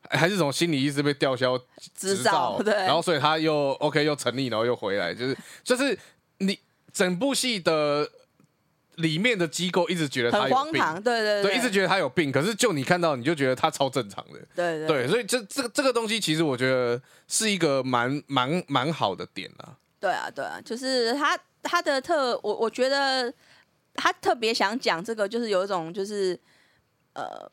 [SPEAKER 1] 还是什么心理医师被吊销
[SPEAKER 2] 执
[SPEAKER 1] 照
[SPEAKER 2] 照，对，
[SPEAKER 1] 然后所以他又 OK 又成立，然后又回来，就是就是你整部戏的里面的机构一直觉得他
[SPEAKER 2] 很
[SPEAKER 1] 有
[SPEAKER 2] 荒
[SPEAKER 1] 病。
[SPEAKER 2] 唐，对对
[SPEAKER 1] 对，一直觉得他有病，可是就你看到，你就觉得他超正常的。
[SPEAKER 2] 对对
[SPEAKER 1] 对，所以这这个这个东西，其实我觉得是一个蛮蛮蛮好的点啦。
[SPEAKER 2] 对啊，对啊，就是他他的特，我我觉得他特别想讲这个，就是有一种就是呃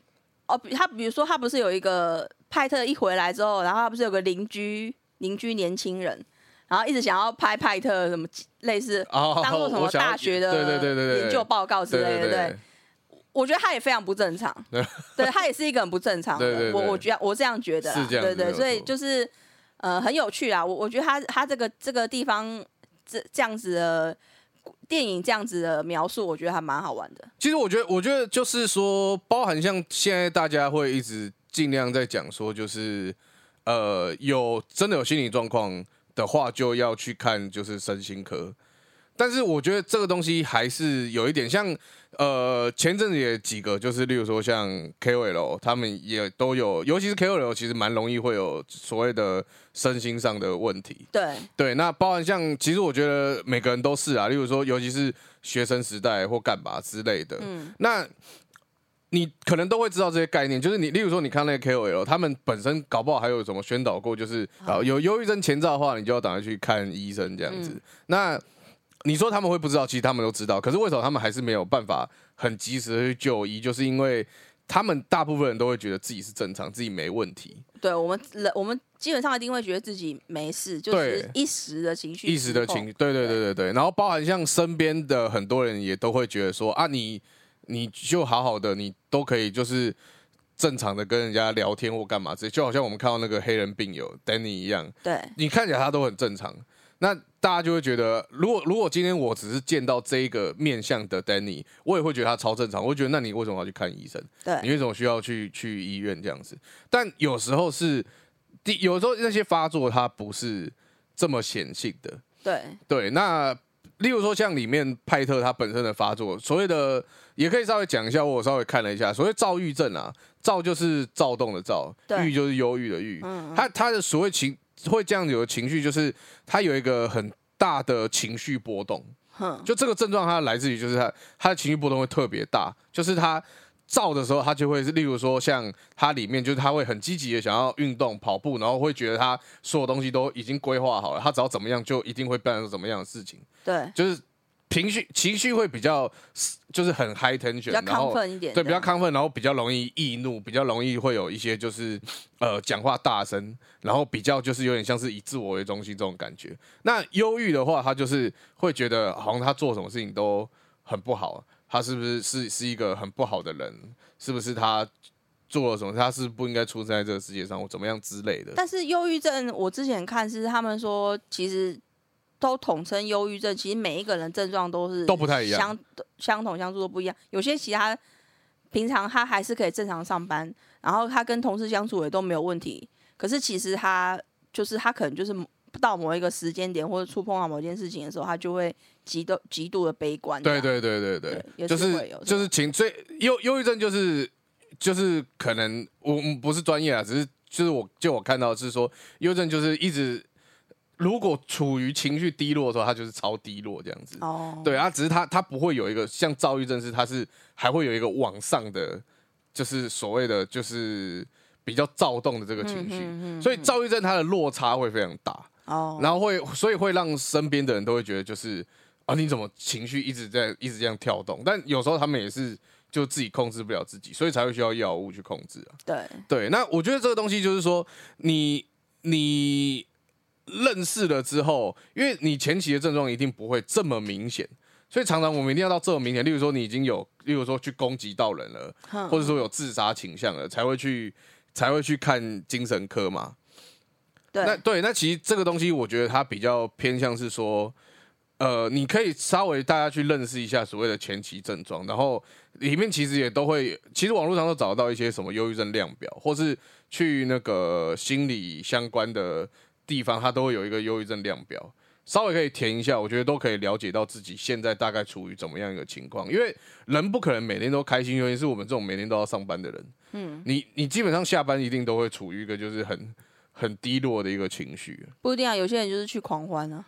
[SPEAKER 2] 哦，比他比如说他不是有一个派特一回来之后，然后他不是有个邻居邻居年轻人，然后一直想要拍派特什么类似
[SPEAKER 1] 哦，
[SPEAKER 2] 当做什么
[SPEAKER 1] 我想要
[SPEAKER 2] 大学的
[SPEAKER 1] 对对对对对
[SPEAKER 2] 研究报告之
[SPEAKER 1] 对
[SPEAKER 2] 类的，
[SPEAKER 1] 对
[SPEAKER 2] 对。我觉得他也非常不
[SPEAKER 1] [laughs]
[SPEAKER 2] 正常，对他也是一个很不正常的人。
[SPEAKER 1] 对对对
[SPEAKER 2] 我我觉得我这样觉得啦，
[SPEAKER 1] 是这样
[SPEAKER 2] 对
[SPEAKER 1] 子没
[SPEAKER 2] 对，
[SPEAKER 1] 有
[SPEAKER 2] 所以
[SPEAKER 1] 错
[SPEAKER 2] 就是呃很有趣啦。我我觉得他他这个这个地方这这样子的电影这样子的描述，我觉得还蛮好玩的。
[SPEAKER 1] 其实我觉得，我觉得就是说，包含像现在大家会一直尽量在讲说，就是呃，有真的有心理状况的话，就要去看就是身心科。但是我觉得这个东西还是有一点像，呃，前阵子也几个，就是例如说像 KOL，他们也都有，尤其是 KOL，其实蛮容易会有所谓的身心上的问题。
[SPEAKER 2] 对
[SPEAKER 1] 对，那包含像，其实我觉得每个人都是啊，例如说，尤其是学生时代或干嘛之类的，嗯，那你可能都会知道这些概念，就是你，例如说，你看那个 KOL，他们本身搞不好还有什么宣导过，就是啊，有忧郁症前兆的话，你就要赶快去看医生这样子。那你说他们会不知道，其实他们都知道，可是为什么他们还是没有办法很及时的去就医？就是因为他们大部分人都会觉得自己是正常，自己没问题，
[SPEAKER 2] 对，我们人我们基本上一定会觉得自己没事，就
[SPEAKER 1] 对
[SPEAKER 2] 是一时的情绪，
[SPEAKER 1] 一时的情，
[SPEAKER 2] 绪，
[SPEAKER 1] 对对对对对。然后包含像身边的很多人也都会觉得说啊，你你就好好的，你都可以就是正常的跟人家聊天或干嘛之类，就好像我们看到那个黑人病友 Danny 一样，
[SPEAKER 2] 对
[SPEAKER 1] 你看起来他都很正常。那大家就会觉得，如果如果今天我只是见到这一个面相的 Danny，我也会觉得他超正常。我会觉得，那你为什么要去看医生？你
[SPEAKER 2] 对
[SPEAKER 1] 为什么需要去去医院这样子？但有时候是，第有时候那些发作它不是这么显性的，
[SPEAKER 2] 对
[SPEAKER 1] 对，那例如说像里面派特他本身的发作，所谓的也可以稍微讲一下，我有稍微看了一下，所谓躁郁症啊，躁就是躁动的躁，
[SPEAKER 2] 对
[SPEAKER 1] 郁就是忧郁的郁，
[SPEAKER 2] 嗯
[SPEAKER 1] 他他的所谓情会这样子有情绪，就是他有一个很大的情绪波动，
[SPEAKER 2] 哼，
[SPEAKER 1] 就这个症状，它来自于就是他他的情绪波动会特别大，就是他燥的时候，他就会是，例如说像他里面就是他会很积极的想要运动跑步，然后会觉得他所有东西都已经规划好了，他只要怎么样就一定会办成怎么样的事情，
[SPEAKER 2] 对，
[SPEAKER 1] 就是情绪情绪会比较就是很 high
[SPEAKER 2] 比
[SPEAKER 1] tension，
[SPEAKER 2] 较
[SPEAKER 1] 然
[SPEAKER 2] 亢
[SPEAKER 1] 后
[SPEAKER 2] 奋一点这
[SPEAKER 1] 对比较
[SPEAKER 2] 样，
[SPEAKER 1] 亢奋，然后比较容易易怒，比较容易会有一些就是呃讲话大声，然后比较就是有点像是以自我为中心这种感觉。那忧郁的话，他就是会觉得好像他做什么事情都很不好，他是不是是是一个很不好的人？是不是他做了什么？他是不应该出生在这个世界上，或怎么样之类的？
[SPEAKER 2] 但是忧郁症，我之前看是他们说，其实都统称忧郁症，其实每一个人症状都是
[SPEAKER 1] 都不太一样
[SPEAKER 2] 相相同相处都不一样。有些其他平常他还是可以正常上班，然后他跟同事相处也都没有问题。可是其实他就是他可能就是到某一个时间点或者触碰到某件事情的时候，他就会极度极度的悲观这
[SPEAKER 1] 对
[SPEAKER 2] 样。
[SPEAKER 1] 对对对对，
[SPEAKER 2] 也
[SPEAKER 1] 就是
[SPEAKER 2] 会有
[SPEAKER 1] 是就
[SPEAKER 2] 这种
[SPEAKER 1] 是情最忧忧郁症就是就是可能我我们不是专业啊，只是就是我就我看到的是说忧郁症就是一直如果处于情绪低落的时候，他就是超低落这样子。
[SPEAKER 2] 哦，
[SPEAKER 1] 对啊，只是他他不会有一个像躁郁症是，他是还会有一个往上的，就是所谓的就是比较躁动的这个
[SPEAKER 2] 嗯
[SPEAKER 1] 情绪，所以躁郁症它的落差会非常大，
[SPEAKER 2] 哦，
[SPEAKER 1] 然后会所以会让身边的人都会觉得就是啊你怎么情绪一直在一直这样跳动，但有时候他们也是就自己控制不了自己，所以才会需要药物去控制啊。
[SPEAKER 2] 对，
[SPEAKER 1] 对，那我觉得这个东西就是说，你你认识了之后，因为你前期的症状一定不会这么明显，所以常常我们一定要到这么明显，例如说你已经有，例如说去攻击到人了，嗯
[SPEAKER 2] 哼
[SPEAKER 1] 或者说有自杀倾向了，才会去才会去看精神科嘛。那
[SPEAKER 2] 对，
[SPEAKER 1] 对，那其实这个东西，我觉得它比较偏向是说，呃，你可以稍微大家去认识一下所谓的前期症状，然后里面其实也都会，其实网络上都找到一些什么忧郁症量表，或是去那个心理相关的地方，它都会有一个忧郁症量表。稍微可以填一下，我觉得都可以了解到自己现在大概处于怎么样一个情况，因为人不可能每天都开心，尤其是我们这种每天都要上班的人，嗯，你你基本上下班一定都会处于一个就是很很低落的一个情绪。
[SPEAKER 2] 不一定啊，有些人就是去狂欢啊，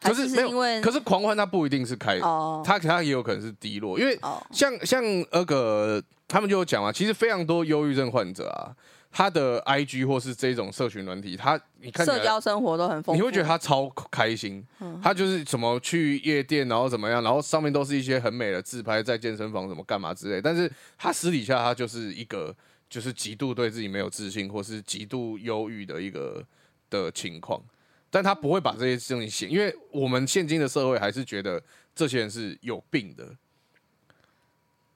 [SPEAKER 2] 还
[SPEAKER 1] 可是没
[SPEAKER 2] 是
[SPEAKER 1] 有
[SPEAKER 2] 因为
[SPEAKER 1] 可是狂欢它不一定是开，
[SPEAKER 2] 嗯哦
[SPEAKER 1] 它它也有可能是低落，因为
[SPEAKER 2] 哦
[SPEAKER 1] 像像那个他们就有讲啊，其实非常多忧郁症患者啊，他的 IG 或是这种社群软体，他你看起来
[SPEAKER 2] 社交生活都很丰富，嗯
[SPEAKER 1] 你会觉得他超开心，他就是什么去夜店，然后怎么样，然后上面都是一些很美的自拍，在健身房怎么干嘛之类。但是他私底下他就是一个就是极度对自己没有自信，或是极度忧郁的一个的情况。但他不会把这些事情写，因为我们现今的社会还是觉得这些人是有病的。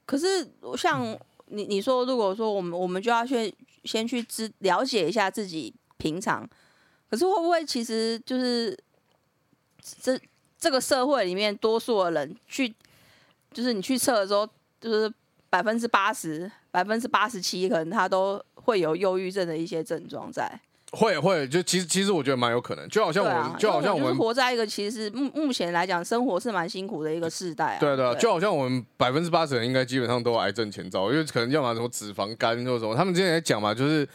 [SPEAKER 2] 可是像你你说，如果说我们我们就要去先去知了解一下自己平常，可是会不会其实就是这这个社会里面多数的人去，就是你去测的时候，就是百分之八十、百分之八十七，可能他都会有忧郁症的一些症状在。
[SPEAKER 1] 会会，就其实其实我觉得蛮有可能，就好像
[SPEAKER 2] 对
[SPEAKER 1] 我们、
[SPEAKER 2] 啊，
[SPEAKER 1] 就好
[SPEAKER 2] 因为
[SPEAKER 1] 像我
[SPEAKER 2] 我们就是
[SPEAKER 1] 们
[SPEAKER 2] 活在一个其实目目前来讲，生活是蛮辛苦的一个世代啊。
[SPEAKER 1] 对啊对啊，就好像我们百分之八十人应该基本上都有癌症前兆，因为可能要么什么脂肪肝或什么，他们之前也讲嘛，就是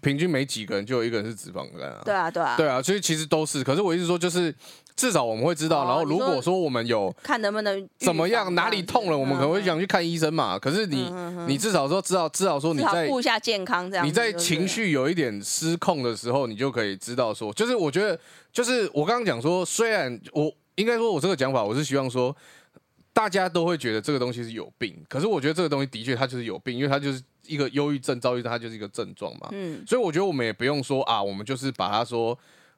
[SPEAKER 1] 平均每几个人就有一个人是脂肪肝啊。
[SPEAKER 2] 对啊对啊，
[SPEAKER 1] 对啊，所以其实都是。可是我一直说，就是至少我们会知道，
[SPEAKER 2] 哦
[SPEAKER 1] 然后如
[SPEAKER 2] 你说
[SPEAKER 1] 果说我们有
[SPEAKER 2] 看能不能预
[SPEAKER 1] 怎么
[SPEAKER 2] 防
[SPEAKER 1] 样，哪里
[SPEAKER 2] 这
[SPEAKER 1] 痛
[SPEAKER 2] 子
[SPEAKER 1] 了，我们可能
[SPEAKER 2] 嗯
[SPEAKER 1] 会想去看医生嘛。可是你你至少说知道，至少说
[SPEAKER 2] 嗯至
[SPEAKER 1] 你
[SPEAKER 2] 少
[SPEAKER 1] 在
[SPEAKER 2] 顾一下健康这样子
[SPEAKER 1] 你在
[SPEAKER 2] 就是
[SPEAKER 1] 情绪有一点失控的时候，你就可以知道说，就是我觉得，就是我刚刚讲说，虽然我应该说我这个讲法，我是希望说，大家都会觉得这个东西是有病，可是我觉得这个东西的确它就是有病，因为它就是一个忧郁症、躁郁症，它就是一个症状嘛。
[SPEAKER 2] 嗯
[SPEAKER 1] 所以我觉得我们也不用说啊，我们就是把它说，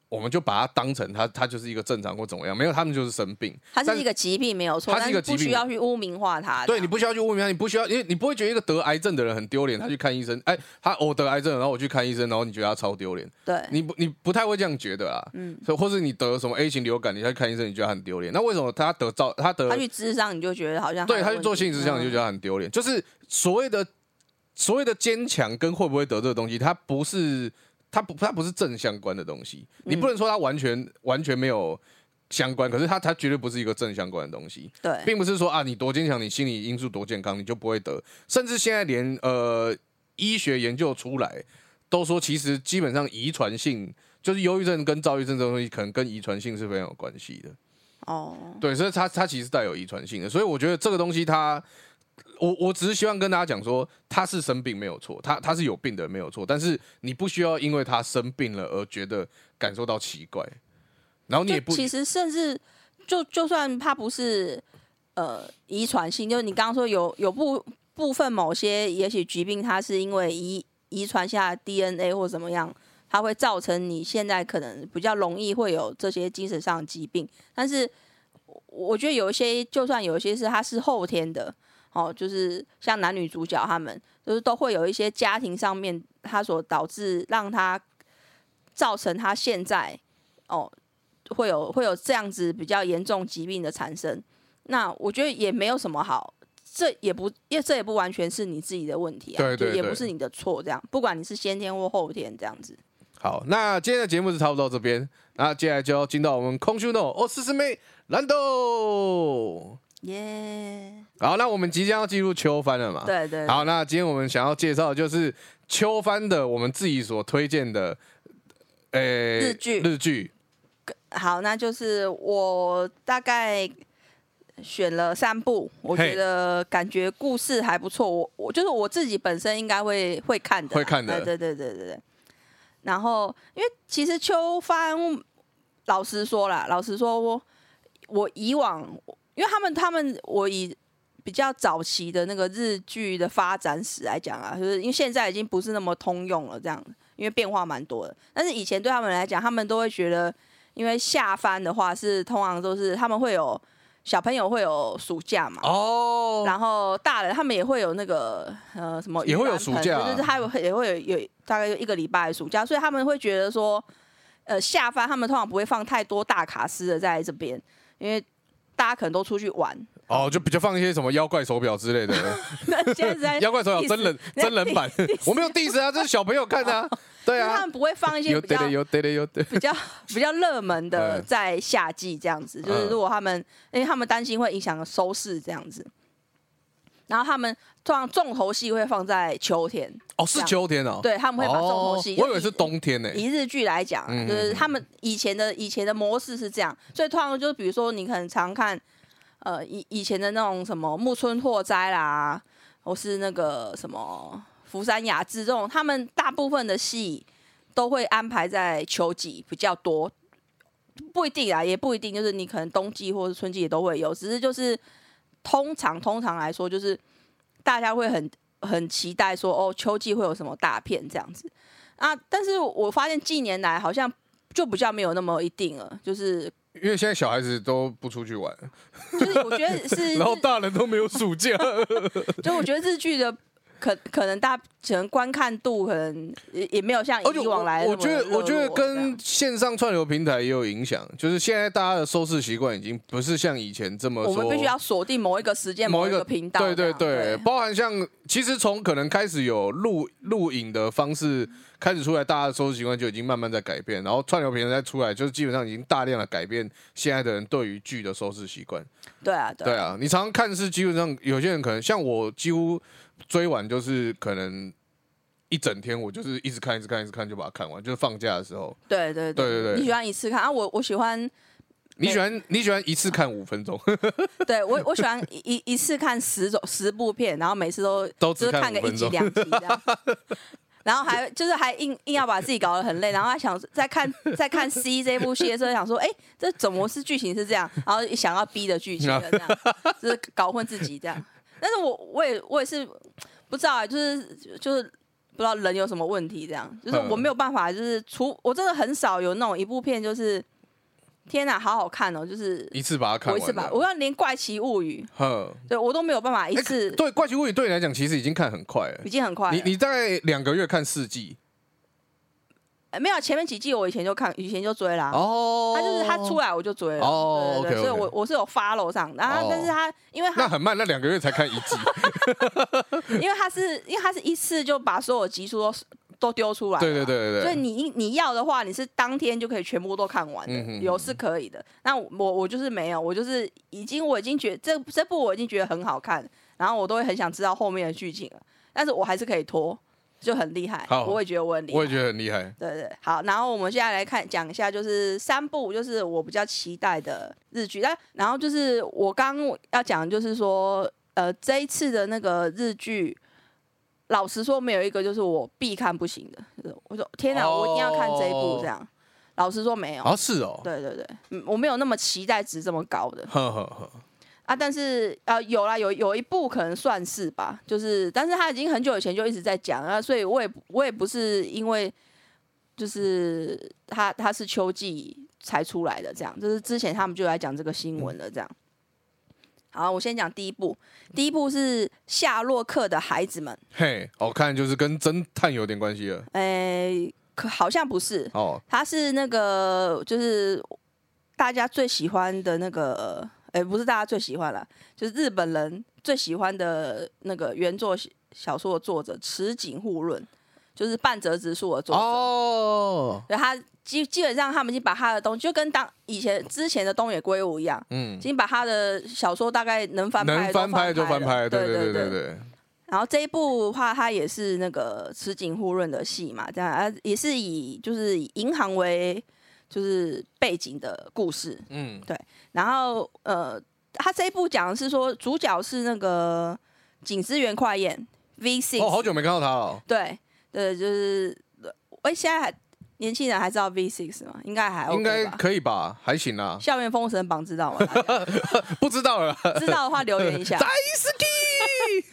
[SPEAKER 1] 我们就把它当成它，它就是一个正常或怎么样，没有，他们就是生病。
[SPEAKER 2] 它
[SPEAKER 1] 但
[SPEAKER 2] 是一个疾病没有错，
[SPEAKER 1] 它是一个
[SPEAKER 2] 但不
[SPEAKER 1] 疾病
[SPEAKER 2] 需要去污名化它。啊
[SPEAKER 1] 对你不需要去问他，你不需要，因为你不会觉得一个得癌症的人很丢脸，他去看医生，哎，他我得癌症了，然后我去看医生，然后你觉得他超丢脸。
[SPEAKER 2] 对
[SPEAKER 1] 你不你不太会这样觉得啦，嗯，所以或是你得什么 A 型流感，你再去看医生，你觉得他很丢脸。那为什么他得照他得
[SPEAKER 2] 他去智商，你就觉得好像
[SPEAKER 1] 对他
[SPEAKER 2] 有
[SPEAKER 1] 去做
[SPEAKER 2] 问题
[SPEAKER 1] 心理咨商，你就觉
[SPEAKER 2] 嗯
[SPEAKER 1] 得他很丢脸？就是所谓的所谓的坚强跟会不会得这个东西，它不是它不它不是正相关的东西，
[SPEAKER 2] 嗯
[SPEAKER 1] 你不能说它完全完全没有相关，可是它它绝对不是一个正相关的东西。
[SPEAKER 2] 对
[SPEAKER 1] 并不是说啊，你多坚强，你心理因素多健康，你就不会得。甚至现在连呃医学研究出来，都说其实基本上遗传性就是忧郁症跟躁郁症这种东西，可能跟遗传性是非常有关系的。
[SPEAKER 2] 哦，
[SPEAKER 1] 对，所以它它其实带有遗传性的，所以我觉得这个东西它，我我只是希望跟大家讲说，他是生病没有错，他他是有病的没有错，但是你不需要因为他生病了而觉得感受到奇怪，然后你也不
[SPEAKER 2] 就其实甚至就就算它不是呃遗传性，就是你刚刚说有有部部分某些也许疾病，它是因为遗遗传下 DNA 或怎么样。它会造成你现在可能比较容易会有这些精神上的疾病，但是我我觉得有一些，就算有一些是它是后天的，哦，就是像男女主角他们，就是都会有一些家庭上面他所导致让他造成他现在哦会有会有这样子比较严重疾病的产生。那我觉得也没有什么好，这也不，因为这也不完全是你自己的问题啊，
[SPEAKER 1] 对对
[SPEAKER 2] 就也
[SPEAKER 1] 对
[SPEAKER 2] 不是你的错，这样，不管你是先天或后天这样子。
[SPEAKER 1] 好，那今天的节目是差不多到这边，那接下来就要进到我们空虚诺哦，四师妹蓝豆。
[SPEAKER 2] 耶、
[SPEAKER 1] 好，那我们即将要进入秋番了嘛？。
[SPEAKER 2] 对对，
[SPEAKER 1] 好，那今天我们想要介绍的就是秋番的我们自己所推荐的，呃、
[SPEAKER 2] 日剧
[SPEAKER 1] 日剧。
[SPEAKER 2] 好，那就是我大概选了三部，我觉
[SPEAKER 1] 嘿
[SPEAKER 2] 得感觉故事还不错。我我就是我自己本身应该会会看的啦，
[SPEAKER 1] 会看的
[SPEAKER 2] 哎对对对对对。然后，因为其实秋帆，老实说啦，老实说我我以往，因为他们他们我以比较早期的那个日剧的发展史来讲啊，就是因为现在已经不是那么通用了，这样，因为变化蛮多的。但是以前对他们来讲，他们都会觉得，因为下番的话是通常都是他们会有小朋友会有暑假嘛，
[SPEAKER 1] 哦，
[SPEAKER 2] 然后大人他们也会有那个呃什么
[SPEAKER 1] 也
[SPEAKER 2] 盂
[SPEAKER 1] 会有
[SPEAKER 2] 兰
[SPEAKER 1] 暑
[SPEAKER 2] 盆
[SPEAKER 1] 假
[SPEAKER 2] 就是他有也会有有大概有一个礼拜的暑假，所以他们会觉得说，呃下番他们通常不会放太多大卡司的在这边，因为大家可能都出去玩，
[SPEAKER 1] 哦，就比较放一些什么妖怪手表之类
[SPEAKER 2] [laughs]
[SPEAKER 1] 的，
[SPEAKER 2] 那现在
[SPEAKER 1] [laughs]
[SPEAKER 2] 在
[SPEAKER 1] 妖怪手表真人
[SPEAKER 2] diss，
[SPEAKER 1] 真人版，我没有 diss 啊，这是小朋友看的啊，对
[SPEAKER 2] 哦就是他
[SPEAKER 1] 啊，
[SPEAKER 2] 们不会放一些
[SPEAKER 1] 有
[SPEAKER 2] 比
[SPEAKER 1] 对
[SPEAKER 2] 较
[SPEAKER 1] 的，有对的，有对的，
[SPEAKER 2] 比较 [laughs] 比较热门的
[SPEAKER 1] 嗯
[SPEAKER 2] 在夏季这样子，就
[SPEAKER 1] 嗯
[SPEAKER 2] 是如果他们，因为他们担心会影响收视这样子，然后他们通常重头戏会放在秋天，
[SPEAKER 1] 哦，是秋天哦，
[SPEAKER 2] 对他们会把重头戏，
[SPEAKER 1] 哦我以为是。冬天呢，
[SPEAKER 2] 一日剧来讲啊，
[SPEAKER 1] 嗯
[SPEAKER 2] 就是他们以前的以前的模式是这样，所以通常就是比如说你可能常看，呃，以以前的那种什么木村拓哉啦，或是那个什么福山雅治这种，他们大部分的戏都会安排在秋季比较多，不一定啊，也不一定，就是你可能冬季或者春季也都会有，只是就是通常通常来说，就是大家会很很期待说哦，秋季会有什么大片这样子啊。但是我发现近年来好像就比较没有那么一定了，就是
[SPEAKER 1] 因为现在小孩子都不出去玩，
[SPEAKER 2] 就是我觉得是，
[SPEAKER 1] [laughs] 然后大人都没有暑
[SPEAKER 2] [laughs]
[SPEAKER 1] 假，
[SPEAKER 2] 就我觉得日剧的。可可能大可能观看度可能也也没有像
[SPEAKER 1] 而且
[SPEAKER 2] 以往来
[SPEAKER 1] 我
[SPEAKER 2] 的
[SPEAKER 1] 我觉
[SPEAKER 2] 那么
[SPEAKER 1] 得我觉
[SPEAKER 2] 热
[SPEAKER 1] 得
[SPEAKER 2] 络这
[SPEAKER 1] 跟
[SPEAKER 2] 样
[SPEAKER 1] 线上串流平台也有影响，就是现在大家的收视习惯已经不是像以前这么
[SPEAKER 2] 我
[SPEAKER 1] 说，
[SPEAKER 2] 们必须要锁定某一个时间、
[SPEAKER 1] 某
[SPEAKER 2] 某
[SPEAKER 1] 一
[SPEAKER 2] 一
[SPEAKER 1] 个
[SPEAKER 2] 个频道这
[SPEAKER 1] 对
[SPEAKER 2] 样，
[SPEAKER 1] 对对，包含像其实从可能开始有录录影的方式开始出来，大家的收视习惯就已经慢慢在改变，然后串流平台再出来，就是基本上已经大量的改变现在的人对于剧的收视习惯。
[SPEAKER 2] 对啊，对
[SPEAKER 1] 对
[SPEAKER 2] 啊，
[SPEAKER 1] 啊，你常常看是基本上有些人可能像我，几乎追完就是可能一整天，我就是一直看，一直看，一直看就把它看完，就是放假的时候。
[SPEAKER 2] 对对
[SPEAKER 1] 对对对
[SPEAKER 2] 你喜欢一次看啊？我我喜欢，
[SPEAKER 1] 你喜欢你喜欢一次看五分钟，
[SPEAKER 2] 对我我喜欢一一一次看十种十部片，然后每次都
[SPEAKER 1] 都
[SPEAKER 2] 就
[SPEAKER 1] 只
[SPEAKER 2] 是
[SPEAKER 1] 看
[SPEAKER 2] 看个
[SPEAKER 1] 五
[SPEAKER 2] 一
[SPEAKER 1] 分
[SPEAKER 2] 集
[SPEAKER 1] 钟。
[SPEAKER 2] 两集这样。 [laughs] 然后还就是还硬硬要把自己搞得很累，然后还想在看在看 C 这部戏的时候，想说，哎、这怎么是剧情是这样？然后想要 B 的剧情了
[SPEAKER 1] [laughs]
[SPEAKER 2] 这样，就是搞混自己这样。但是我我也我也是不知道啊、就是就是不知道人有什么问题这样，就是
[SPEAKER 1] 嗯
[SPEAKER 2] 我没有办法，就是除我真的很少有那种一部片就是天哪，好好看哦，就是
[SPEAKER 1] 一次把它看
[SPEAKER 2] 我一
[SPEAKER 1] 完了。
[SPEAKER 2] 次吧，我要连《怪奇物语
[SPEAKER 1] 哼，》
[SPEAKER 2] 对我都没有办法一
[SPEAKER 1] 哎
[SPEAKER 2] 次，
[SPEAKER 1] 对《怪奇物语》对你来讲其实已经看很快了
[SPEAKER 2] 已，经很快了
[SPEAKER 1] 你你大概两个月看四季
[SPEAKER 2] 呃没有前面几季我以前就看，以前就追啦。
[SPEAKER 1] 哦
[SPEAKER 2] 他就是他出来我就追了，
[SPEAKER 1] 哦
[SPEAKER 2] 对对
[SPEAKER 1] OK，OK
[SPEAKER 2] 对所以我我是有 follow 上，然后
[SPEAKER 1] 哦
[SPEAKER 2] 但是他因为
[SPEAKER 1] 那
[SPEAKER 2] 他
[SPEAKER 1] 很慢，那两个月才看一
[SPEAKER 2] [laughs]
[SPEAKER 1] 季，
[SPEAKER 2] 因为他是因为他是一次就把所有集数都都丢出来了，
[SPEAKER 1] 对对对对
[SPEAKER 2] 所以
[SPEAKER 1] 对。
[SPEAKER 2] 你你要的话，你是当天就可以全部都看完的，
[SPEAKER 1] 嗯哼
[SPEAKER 2] 有是可以的。那我我就是没有，我就是已经我已经觉得这这部我已经觉得很好看，然后我都会很想知道后面的剧情了，但是我还是可以拖，就很厉害
[SPEAKER 1] 好。
[SPEAKER 2] 我也觉得我很厉害，
[SPEAKER 1] 我也觉得很厉害，
[SPEAKER 2] 对对，对好，然后我们现在来看讲一下，就是三部，就是我比较期待的日剧。但然后就是我刚要讲，就是说，呃，这一次的那个日剧，老实说，没有一个就是我必看不行的。就是我说天哪，
[SPEAKER 1] 哦
[SPEAKER 2] 我一定要看这一部，这样。老实说没有，
[SPEAKER 1] 啊是哦，
[SPEAKER 2] 对对对，嗯我没有那么期待值这么高的
[SPEAKER 1] 呵呵呵，
[SPEAKER 2] 啊。但是啊、呃有啦，有有一部可能算是吧，就是，但是他已经很久以前就一直在讲啊，所以我也不我也不是因为就是他他是秋季才出来的，这样，就是之前他们就来讲这个新闻了，这样。好，我先讲第一部，第一部是《夏洛克的孩子们》
[SPEAKER 1] 嘿，我看就是跟侦探有点关系了，
[SPEAKER 2] 诶，可好像不是，
[SPEAKER 1] 哦，
[SPEAKER 2] 他是那个就是大家最喜欢的那个，哎、不是大家最喜欢啦，就是日本人最喜欢的那个原作小小说的作者池井户润，就是半泽直树的作者。
[SPEAKER 1] 哦，
[SPEAKER 2] 对他基基本上他们已经把他的东西，就跟当以前之前的东野圭吾一样，
[SPEAKER 1] 嗯
[SPEAKER 2] 已，经把他的小说大概能翻拍
[SPEAKER 1] 能
[SPEAKER 2] 的
[SPEAKER 1] 翻拍
[SPEAKER 2] 都
[SPEAKER 1] 就翻
[SPEAKER 2] 拍
[SPEAKER 1] 拍，
[SPEAKER 2] 了，
[SPEAKER 1] 对
[SPEAKER 2] 对
[SPEAKER 1] 对
[SPEAKER 2] 对
[SPEAKER 1] 对对，
[SPEAKER 2] 然后这一部的话，它也是那个池井户润的戏嘛，这样啊，也是以就是以银行为就是背景的故事。
[SPEAKER 1] 嗯，
[SPEAKER 2] 然后呃，他这一部讲的是说主角是那个警司员快彦 V Six，、
[SPEAKER 1] 哦，好久没看到他了哦。
[SPEAKER 2] 对对，就是哎、现在还年轻人还知道 V Six 吗？应该还
[SPEAKER 1] 应该
[SPEAKER 2] OK 吧？
[SPEAKER 1] 可以吧，还行
[SPEAKER 2] [laughs]
[SPEAKER 1] 啦，
[SPEAKER 2] 校园封神榜知
[SPEAKER 1] [laughs]
[SPEAKER 2] 道吗？大家
[SPEAKER 1] 不知道啊了。
[SPEAKER 2] 知道的话留言
[SPEAKER 1] [laughs]
[SPEAKER 2] 一下
[SPEAKER 1] 在。斯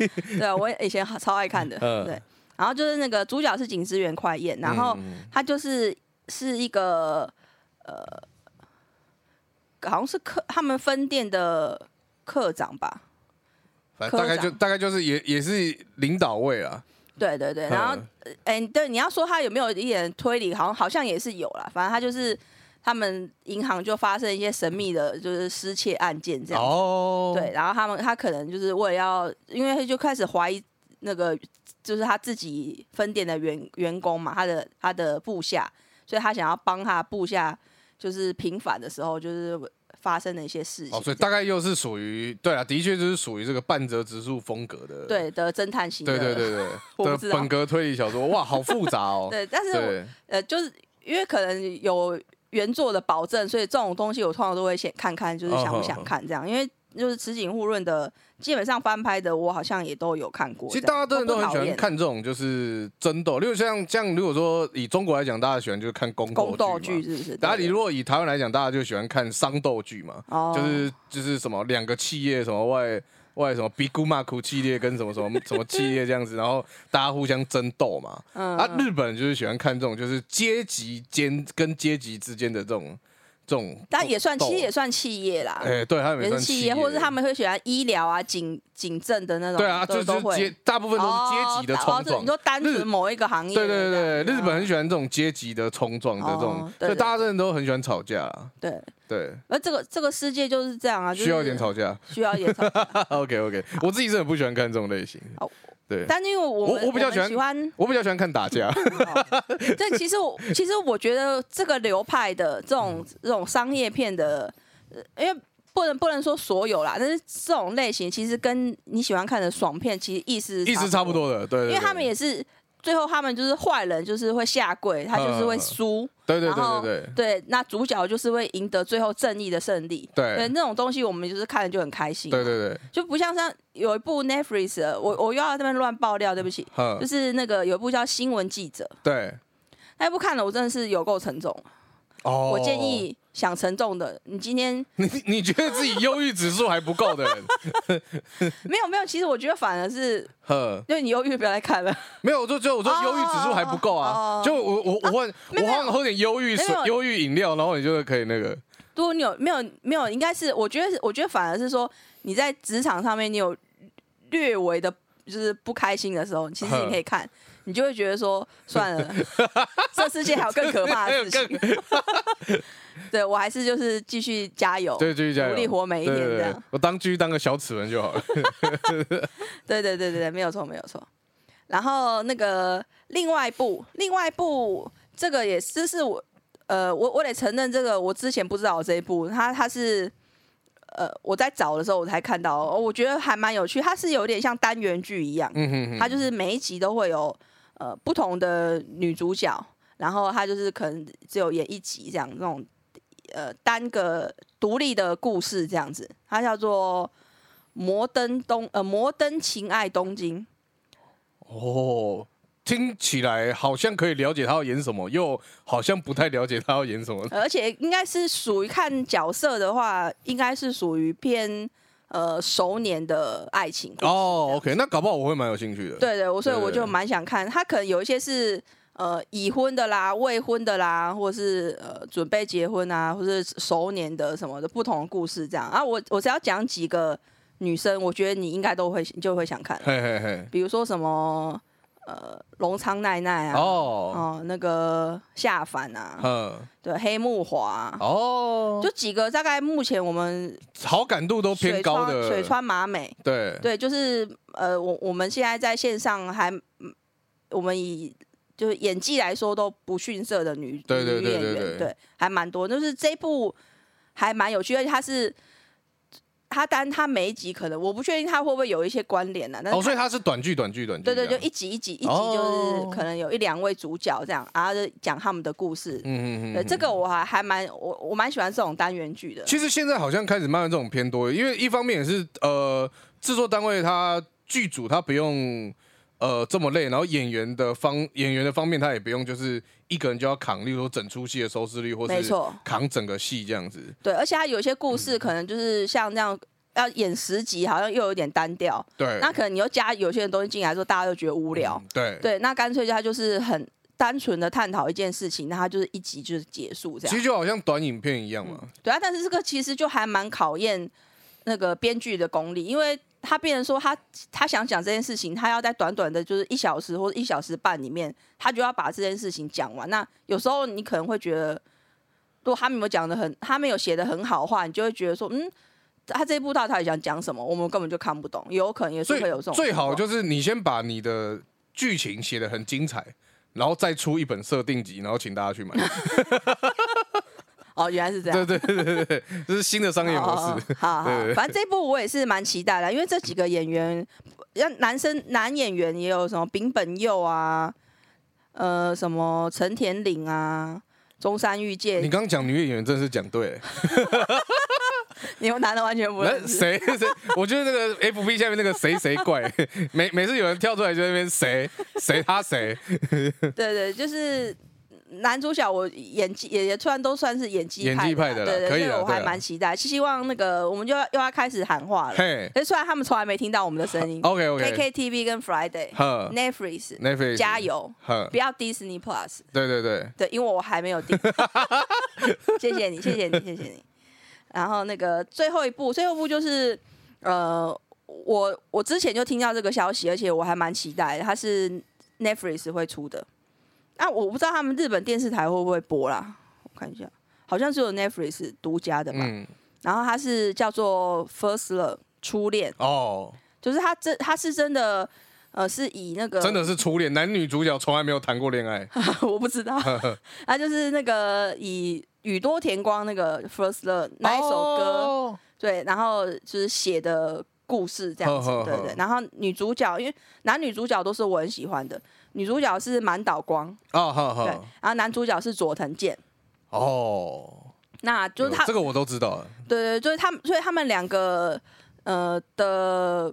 [SPEAKER 1] 基，
[SPEAKER 2] 对，啊我以前超爱看的。
[SPEAKER 1] 嗯
[SPEAKER 2] 对，然后就是那个主角是警司员快彦，然后
[SPEAKER 1] 嗯
[SPEAKER 2] 他就是是一个呃，好像是科他们分店的科长吧。
[SPEAKER 1] 反正大概就
[SPEAKER 2] 科长
[SPEAKER 1] 大概就是也也是领导位啊啦。
[SPEAKER 2] 对对对，然后
[SPEAKER 1] 嗯
[SPEAKER 2] 哎、对，你要说他有没有一点推理，好像好像也是有啦。反正他就是他们银行就发生一些神秘的，就是失窃案件这样子。
[SPEAKER 1] 哦，
[SPEAKER 2] 对，，然后他们他可能就是为了要，因为他就开始怀疑那个就是他自己分店的员员工嘛，他的他的部下，所以他想要帮他部下就是平反的时候，就是发生的一些事情这样。
[SPEAKER 1] 哦，所以大概又是属于对啊，的确就是属于这个半折直树风格的。
[SPEAKER 2] 对的侦探型的，
[SPEAKER 1] 对对对对
[SPEAKER 2] 我不
[SPEAKER 1] 对 [laughs]
[SPEAKER 2] 知
[SPEAKER 1] 的
[SPEAKER 2] 道
[SPEAKER 1] 本格推理小说，哇，好复杂哦。
[SPEAKER 2] 对但是我
[SPEAKER 1] 对，
[SPEAKER 2] 呃，就是因为可能有原作的保证，所以这种东西我通常都会先看看，就是想不
[SPEAKER 1] 嗯
[SPEAKER 2] 想看这样，因为。就是池井户润的，基本上翻拍的，我好像也都有看过这
[SPEAKER 1] 其
[SPEAKER 2] 样。
[SPEAKER 1] 实大家真的都
[SPEAKER 2] 不
[SPEAKER 1] 很喜
[SPEAKER 2] 讨
[SPEAKER 1] 欢
[SPEAKER 2] 厌
[SPEAKER 1] 看这种就是争斗，例如像像如果说以中国来讲，大家喜欢就是看宫
[SPEAKER 2] 宫斗
[SPEAKER 1] 斗
[SPEAKER 2] 剧，
[SPEAKER 1] 剧嘛。
[SPEAKER 2] 是不是？
[SPEAKER 1] 然后你
[SPEAKER 2] 对
[SPEAKER 1] 如果以台湾来讲，大家就喜欢看商斗剧嘛。
[SPEAKER 2] 哦，
[SPEAKER 1] 就是就是什么两个企业什么外外什么 Big Mac 系列跟什么什么什么企业这样子，然后大家互相争斗嘛。
[SPEAKER 2] 嗯
[SPEAKER 1] 啊，日本就是喜欢看这种就是阶级间跟阶级之间的这种这种，
[SPEAKER 2] 但也算，
[SPEAKER 1] 斗
[SPEAKER 2] 其实也算企业啦，
[SPEAKER 1] 哦哎，对，他们
[SPEAKER 2] 也
[SPEAKER 1] 算
[SPEAKER 2] 是
[SPEAKER 1] 企
[SPEAKER 2] 企业，或者是他。们会喜欢医疗啊、警警政的那种，
[SPEAKER 1] 对啊，
[SPEAKER 2] 都
[SPEAKER 1] 就
[SPEAKER 2] 都
[SPEAKER 1] 是
[SPEAKER 2] 会
[SPEAKER 1] 阶，大部分都是阶级的
[SPEAKER 2] 哦
[SPEAKER 1] 冲
[SPEAKER 2] 哦这
[SPEAKER 1] 撞
[SPEAKER 2] 你。说单
[SPEAKER 1] 日
[SPEAKER 2] 纯某一个行业，
[SPEAKER 1] 对对对
[SPEAKER 2] 这
[SPEAKER 1] 对，
[SPEAKER 2] 样嗯啊
[SPEAKER 1] 日本很喜欢这种阶级的冲撞的这种
[SPEAKER 2] 哦，对
[SPEAKER 1] 所以
[SPEAKER 2] 对
[SPEAKER 1] 大家真的都很喜欢吵架啊。
[SPEAKER 2] 对，
[SPEAKER 1] 对，
[SPEAKER 2] 而这个这个世界就是这样啊，就是
[SPEAKER 1] 需要一点，吵架。
[SPEAKER 2] 需要一点吵架，
[SPEAKER 1] [laughs] OK OK，我自己是很不喜欢看这种类型
[SPEAKER 2] 好。
[SPEAKER 1] 对，
[SPEAKER 2] 哦但是因为我们
[SPEAKER 1] 我我比较喜欢
[SPEAKER 2] 们喜欢
[SPEAKER 1] 我比较喜欢看打架。 [laughs]
[SPEAKER 2] 哦对，其实我其实我觉得这个流派的这种
[SPEAKER 1] 嗯
[SPEAKER 2] 这种商业片的，呃因为不能不能说所有啦，但是这种类型其实跟你喜欢看的爽片其实意思
[SPEAKER 1] 意思差不多的，对对
[SPEAKER 2] 因为他们
[SPEAKER 1] 也
[SPEAKER 2] 也是最后他们就是坏人，就是会下跪，他就是会输，
[SPEAKER 1] 对嗯对
[SPEAKER 2] 然后
[SPEAKER 1] 对对
[SPEAKER 2] 对，那主角就是会赢得最后正义的胜利。对
[SPEAKER 1] 对
[SPEAKER 2] 那种东西，我们就是看了就很开心，啊
[SPEAKER 1] 对对对，
[SPEAKER 2] 就不像像有一部 Netflix，的我我又要在那边乱爆料，对不起，就
[SPEAKER 1] 嗯，
[SPEAKER 2] 是那个有一部叫《新闻记者》，
[SPEAKER 1] 对
[SPEAKER 2] 那一部看了我真的是有够沉重。
[SPEAKER 1] 哦。
[SPEAKER 2] 我建议想沉重的，你今天
[SPEAKER 1] 你，你觉得自己忧郁指数还不够的人，
[SPEAKER 2] 没有没有，其实我觉得反而是
[SPEAKER 1] 呵，
[SPEAKER 2] 因为你忧郁，不要再看了。
[SPEAKER 1] 没有，我就就我说
[SPEAKER 2] 哦
[SPEAKER 1] 忧郁指数还不够
[SPEAKER 2] 哦哦
[SPEAKER 1] 啊
[SPEAKER 2] 哦，
[SPEAKER 1] 就我我我换
[SPEAKER 2] 没有
[SPEAKER 1] 我换喝点忧郁水
[SPEAKER 2] 没有、哦
[SPEAKER 1] 忧郁饮料，然后你就可以那个
[SPEAKER 2] 如果你有没有没有，应该是我觉得是我觉得反而是说你在职场上面你有略微的，就是不开心的时候，其实你可以看，你就会觉得说算了，这世界还有更可怕的事情。 [laughs] 对我还是就是继续加油，
[SPEAKER 1] 对继续加油，
[SPEAKER 2] 努力活每一
[SPEAKER 1] 对
[SPEAKER 2] 天
[SPEAKER 1] 对
[SPEAKER 2] 这
[SPEAKER 1] 对
[SPEAKER 2] 样。，
[SPEAKER 1] 我当狙当个小齿轮就好了。
[SPEAKER 2] 对对对对对，没有错没有错。然后那个另外一部，另外一部这个也是是我呃，我我得承认这个我之前不知道有这一部，它它是呃我在找的时候我才看到，哦我觉得还蛮有趣，它是有点像单元剧一样，
[SPEAKER 1] 嗯哼哼，
[SPEAKER 2] 它就是每一集都会有呃不同的女主角，然后她就是可能只有演一集这样那种呃单个独立的故事这样子，它叫做摩登东呃摩登情爱东京，
[SPEAKER 1] [laughs] 哦。听起来好像可以了解他要演什么，又好像不太了解他要演什么。
[SPEAKER 2] 呃而且应该是属于看角色的话，应该是属于偏呃熟年的爱情故事
[SPEAKER 1] 哦，OK，那搞不好我会蛮有兴趣的。
[SPEAKER 2] 对对，我所以我
[SPEAKER 1] 对对
[SPEAKER 2] 就
[SPEAKER 1] 对
[SPEAKER 2] 蛮想看，他可能有一些是呃已婚的啦、未婚的啦，或是呃准备结婚啊，或是熟年的什么的不同的故事这样啊。我我只要讲几个女生，我觉得你应该都会你就会想看，
[SPEAKER 1] 嘿嘿嘿，
[SPEAKER 2] 比如说什么呃龙仓奈奈啊，
[SPEAKER 1] 哦，
[SPEAKER 2] 哦那个下凡啊，
[SPEAKER 1] 嗯，
[SPEAKER 2] 对黑木华、啊。
[SPEAKER 1] 哦，
[SPEAKER 2] 就几个大概目前我们
[SPEAKER 1] 好感度都偏
[SPEAKER 2] 水
[SPEAKER 1] 高
[SPEAKER 2] 川
[SPEAKER 1] 的，
[SPEAKER 2] 水川麻美，
[SPEAKER 1] 对哦
[SPEAKER 2] 对，就是呃，我我们现在在线上还，嗯我们以就是演技来说都不逊色的女
[SPEAKER 1] 对对
[SPEAKER 2] 女
[SPEAKER 1] 对
[SPEAKER 2] 演
[SPEAKER 1] 对
[SPEAKER 2] 员，
[SPEAKER 1] 对
[SPEAKER 2] 对，还蛮多。就是这一部还蛮有趣，而且它是他单他每一集可能我不确定他会不会有一些关联呢、啊，但
[SPEAKER 1] 哦，
[SPEAKER 2] 是
[SPEAKER 1] 所
[SPEAKER 2] 他、
[SPEAKER 1] 以它是短剧、短剧、短剧这
[SPEAKER 2] 对
[SPEAKER 1] 样。
[SPEAKER 2] 对，就一集一集一集就是
[SPEAKER 1] 哦
[SPEAKER 2] 可能有一两位主角这样，然后就讲他们的故事。
[SPEAKER 1] 嗯嗯嗯
[SPEAKER 2] 对，这个我还还蛮我我蛮喜欢这种单元剧的。
[SPEAKER 1] 其实现在好像开始慢慢这种偏多，因为一方面也是呃，制作单位它剧组它不用呃这么累，然后演员的方演员的方面他也不用就是一个人就要扛，例如说整出戏的收视率，或
[SPEAKER 2] 没
[SPEAKER 1] 是
[SPEAKER 2] 错，
[SPEAKER 1] 扛整个戏这样子。
[SPEAKER 2] 对，而且他有一些故
[SPEAKER 1] 嗯
[SPEAKER 2] 事可能就是像这样。要演十集，好像又有点单调。
[SPEAKER 1] 对，
[SPEAKER 2] 那可能你又加有些人东西进来之后，大家又觉得无聊。
[SPEAKER 1] 嗯对。
[SPEAKER 2] 对，那干脆就他就是很单纯的探讨一件事情，那他就是一集就是结束这
[SPEAKER 1] 其实
[SPEAKER 2] 样。
[SPEAKER 1] 就好像短影片一样嘛，
[SPEAKER 2] 对啊，但是这个其实就还蛮考验那个编剧的功力，因为他变成说他他想讲这件事情，他要在短短的就是一小时或者一小时半里面，他就要把这件事情讲完。那有时候你可能会觉得，如果他没有讲的很，他没有写的很好的话，你就会觉得说，嗯。他这一步到底到底想讲什么？我们根本就看不懂，有可能也是
[SPEAKER 1] 最
[SPEAKER 2] 会有这种
[SPEAKER 1] 最
[SPEAKER 2] 情
[SPEAKER 1] 好
[SPEAKER 2] 况
[SPEAKER 1] 就是你先把你的剧情写得很精彩，然后再出一本设定集，然后请大家去
[SPEAKER 2] [laughs]
[SPEAKER 1] 买。
[SPEAKER 2] 哦，原来是这样。
[SPEAKER 1] 对对对对对，这是新的商业模式。
[SPEAKER 2] 哦哦哦好好
[SPEAKER 1] 对对对
[SPEAKER 2] 反正这一部我也是蛮期待的，因为这几个演员，像男生男演员也有什么丙本佑啊，呃，什么陈田岭啊。中山裕介
[SPEAKER 1] 你，刚刚讲女演员真是讲对、
[SPEAKER 2] 你们男的完全不
[SPEAKER 1] 那
[SPEAKER 2] 认识。
[SPEAKER 1] 谁谁？我觉得那个
[SPEAKER 2] [laughs]
[SPEAKER 1] F B 下面那个谁谁怪，每每次有人跳出来就在那边谁谁他谁，
[SPEAKER 2] 对对，就是男主角，我演技也也突然都算是演技
[SPEAKER 1] 演
[SPEAKER 2] 派
[SPEAKER 1] 技派的啦
[SPEAKER 2] 对对，
[SPEAKER 1] 可以
[SPEAKER 2] 这个
[SPEAKER 1] 啦
[SPEAKER 2] 我还
[SPEAKER 1] 对啦啊
[SPEAKER 2] 蛮期待。希望那个我们就要又要开始喊话了。
[SPEAKER 1] 嘿
[SPEAKER 2] 哎，虽然他们从来没听到我们的声音。
[SPEAKER 1] 哦，OK OK，
[SPEAKER 2] KKTV 跟 Friday、
[SPEAKER 1] 呵
[SPEAKER 2] Netflix、
[SPEAKER 1] n e t f
[SPEAKER 2] 加，油，
[SPEAKER 1] 呵，
[SPEAKER 2] 不要 Disney Plus。
[SPEAKER 1] 对对对，
[SPEAKER 2] 对，因为我还没
[SPEAKER 1] [laughs]
[SPEAKER 2] 有订。谢谢你，谢谢你，谢谢你。然后那个最后一步，最后一步就是呃，我我之前就听到这个消息，而且我还蛮期待的，它是 Netflix 会出的。那、我不知道他们日本电视台会不会播啦，我看一下，好像只有 Netflix 独家的吧。
[SPEAKER 1] 嗯，
[SPEAKER 2] 然后它是叫做 First Love 初恋，
[SPEAKER 1] 哦，
[SPEAKER 2] 就是它真它是真的。呃，是以那个
[SPEAKER 1] 真的是初恋，男女主角从来没有谈过恋爱，
[SPEAKER 2] [laughs] 我
[SPEAKER 1] [laughs]
[SPEAKER 2] 不知道，他就是那个以宇多田光那个《First Love》那一首歌，
[SPEAKER 1] 哦
[SPEAKER 2] 对，然后就是写的故事这样子，
[SPEAKER 1] 呵呵呵
[SPEAKER 2] 对对。然后女主角，因为男女主角都是我很喜欢的，女主角是满岛光，
[SPEAKER 1] 哦，呵呵，
[SPEAKER 2] 对，然后男主角是佐藤健。
[SPEAKER 1] 哦，
[SPEAKER 2] 那就是他，
[SPEAKER 1] 这个我都知道了，
[SPEAKER 2] 对对，就是他们，所以他们两个呃的。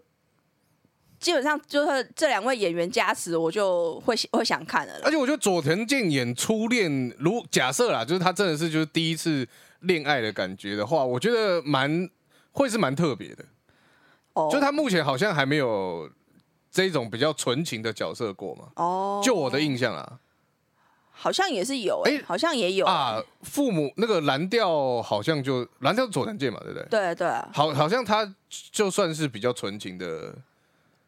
[SPEAKER 2] 基本上就是这两位演员加持，我就会会想看了啦。
[SPEAKER 1] 而且我觉得佐藤健演初恋，如假设啦，就是他真的是就是第一次恋爱的感觉的话，我觉得蛮会是蛮特别的。
[SPEAKER 2] 哦，
[SPEAKER 1] 哎就他目前好像还没有这种比较纯情的角色过嘛，
[SPEAKER 2] 哦，
[SPEAKER 1] 就我的印象啊
[SPEAKER 2] 好像也是有、欸，
[SPEAKER 1] 哎
[SPEAKER 2] 好像也有、
[SPEAKER 1] 啊，父母那个蓝调好像就蓝调是佐藤健嘛，对不对？
[SPEAKER 2] 对对啊，
[SPEAKER 1] 好，好像他就算是比较纯情的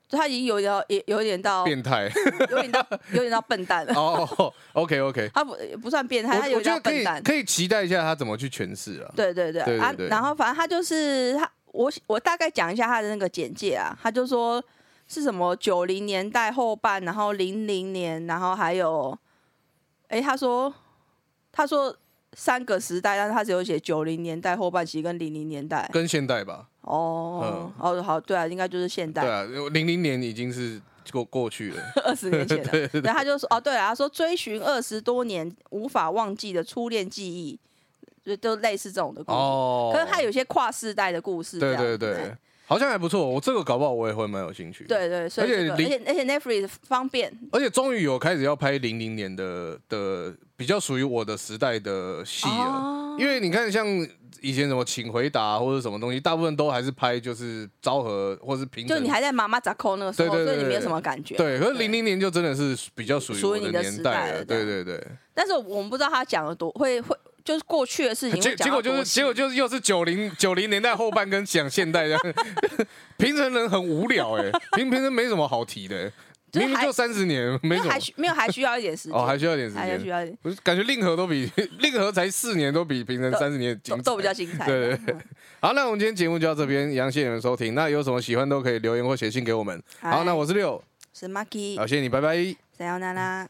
[SPEAKER 2] 就他已经有点到也有点到
[SPEAKER 1] 变态
[SPEAKER 2] 有
[SPEAKER 1] [laughs]
[SPEAKER 2] 点到有点到笨蛋了。
[SPEAKER 1] 哦。OK OK，
[SPEAKER 2] 他不不算变态，他
[SPEAKER 1] 我
[SPEAKER 2] 有
[SPEAKER 1] 我觉得
[SPEAKER 2] 点到
[SPEAKER 1] 可
[SPEAKER 2] 笨
[SPEAKER 1] 以
[SPEAKER 2] 蛋。
[SPEAKER 1] 可以期待一下他怎么去诠释啊。
[SPEAKER 2] 对对对
[SPEAKER 1] 对对
[SPEAKER 2] 啊，
[SPEAKER 1] 对
[SPEAKER 2] 然后反正他就是他，我我大概讲一下他的那个简介啊，他就说是什么九零年代后半，然后零零年，然后还有，哎，他说他说三个时代，但是他只有写九零年代后半期跟零零年代。
[SPEAKER 1] 跟现代吧，
[SPEAKER 2] 哦、哦，好，对啊，应该就是现代
[SPEAKER 1] 对。啊，零零年已经是过过去
[SPEAKER 2] [laughs]
[SPEAKER 1] 了，
[SPEAKER 2] 二十年
[SPEAKER 1] [laughs]
[SPEAKER 2] 前了。对，他就说哦，对了，他说追寻二十多年无法忘记的初恋记忆，就都类似这种的故事。
[SPEAKER 1] 哦。
[SPEAKER 2] 可是他有些跨世代的故事这
[SPEAKER 1] 对
[SPEAKER 2] 样子，
[SPEAKER 1] 对对，好像还不错。我这个搞不好我也会蛮有兴趣。，
[SPEAKER 2] 对对，所以
[SPEAKER 1] 而且
[SPEAKER 2] 这个而
[SPEAKER 1] 零
[SPEAKER 2] 且而且 Netflix 方便，
[SPEAKER 1] 而且终于有开始要拍零零年的的比较属于我的时代的戏了，
[SPEAKER 2] 哦
[SPEAKER 1] 因为你看像以前什么《请回答》或者什么东西，大部分都还是拍就是昭和或是平
[SPEAKER 2] 就
[SPEAKER 1] 成
[SPEAKER 2] 你，还在妈妈砸扣那个时候，
[SPEAKER 1] 对对对
[SPEAKER 2] 所以你没有
[SPEAKER 1] 对
[SPEAKER 2] 什么感觉。
[SPEAKER 1] 对，可是
[SPEAKER 2] 对
[SPEAKER 1] 零零年就真的是比较属于
[SPEAKER 2] 属于
[SPEAKER 1] 我
[SPEAKER 2] 你的时
[SPEAKER 1] 年
[SPEAKER 2] 代
[SPEAKER 1] 代
[SPEAKER 2] 了
[SPEAKER 1] 了，
[SPEAKER 2] 这样
[SPEAKER 1] 对对对。
[SPEAKER 2] 但是我们不知道他讲了多会会，就是过去的事情
[SPEAKER 1] 结
[SPEAKER 2] 会讲
[SPEAKER 1] 结
[SPEAKER 2] 到
[SPEAKER 1] 果就是
[SPEAKER 2] 多
[SPEAKER 1] 结果
[SPEAKER 2] 细 [laughs]
[SPEAKER 1] 就是又是九零九零年代后半跟讲现代这样， [laughs] 平成人很无聊哎、平平成没什么好提的、欸，
[SPEAKER 2] 就
[SPEAKER 1] 明
[SPEAKER 2] 是
[SPEAKER 1] 明
[SPEAKER 2] 还
[SPEAKER 1] 就三十年没
[SPEAKER 2] 没有
[SPEAKER 1] 什么
[SPEAKER 2] 还需没有还需要一点时间，
[SPEAKER 1] [laughs] 哦，还需要点时
[SPEAKER 2] 还
[SPEAKER 1] 间
[SPEAKER 2] 需。要一点啊
[SPEAKER 1] 不是，感觉令和都比 [laughs] 令和才四年，都比平成
[SPEAKER 2] 都
[SPEAKER 1] 三十年精
[SPEAKER 2] 都
[SPEAKER 1] 彩
[SPEAKER 2] 都比较精彩。
[SPEAKER 1] 对对对 [laughs] 好，那我们今天节目就到这边，一样谢谢你们收听。那有什么喜欢都可以留言或写信给我们。
[SPEAKER 2] 嗨
[SPEAKER 1] 好，那我是六，呃
[SPEAKER 2] 是 Marky，
[SPEAKER 1] 好，谢谢你，拜拜。
[SPEAKER 2] 谁要娜娜？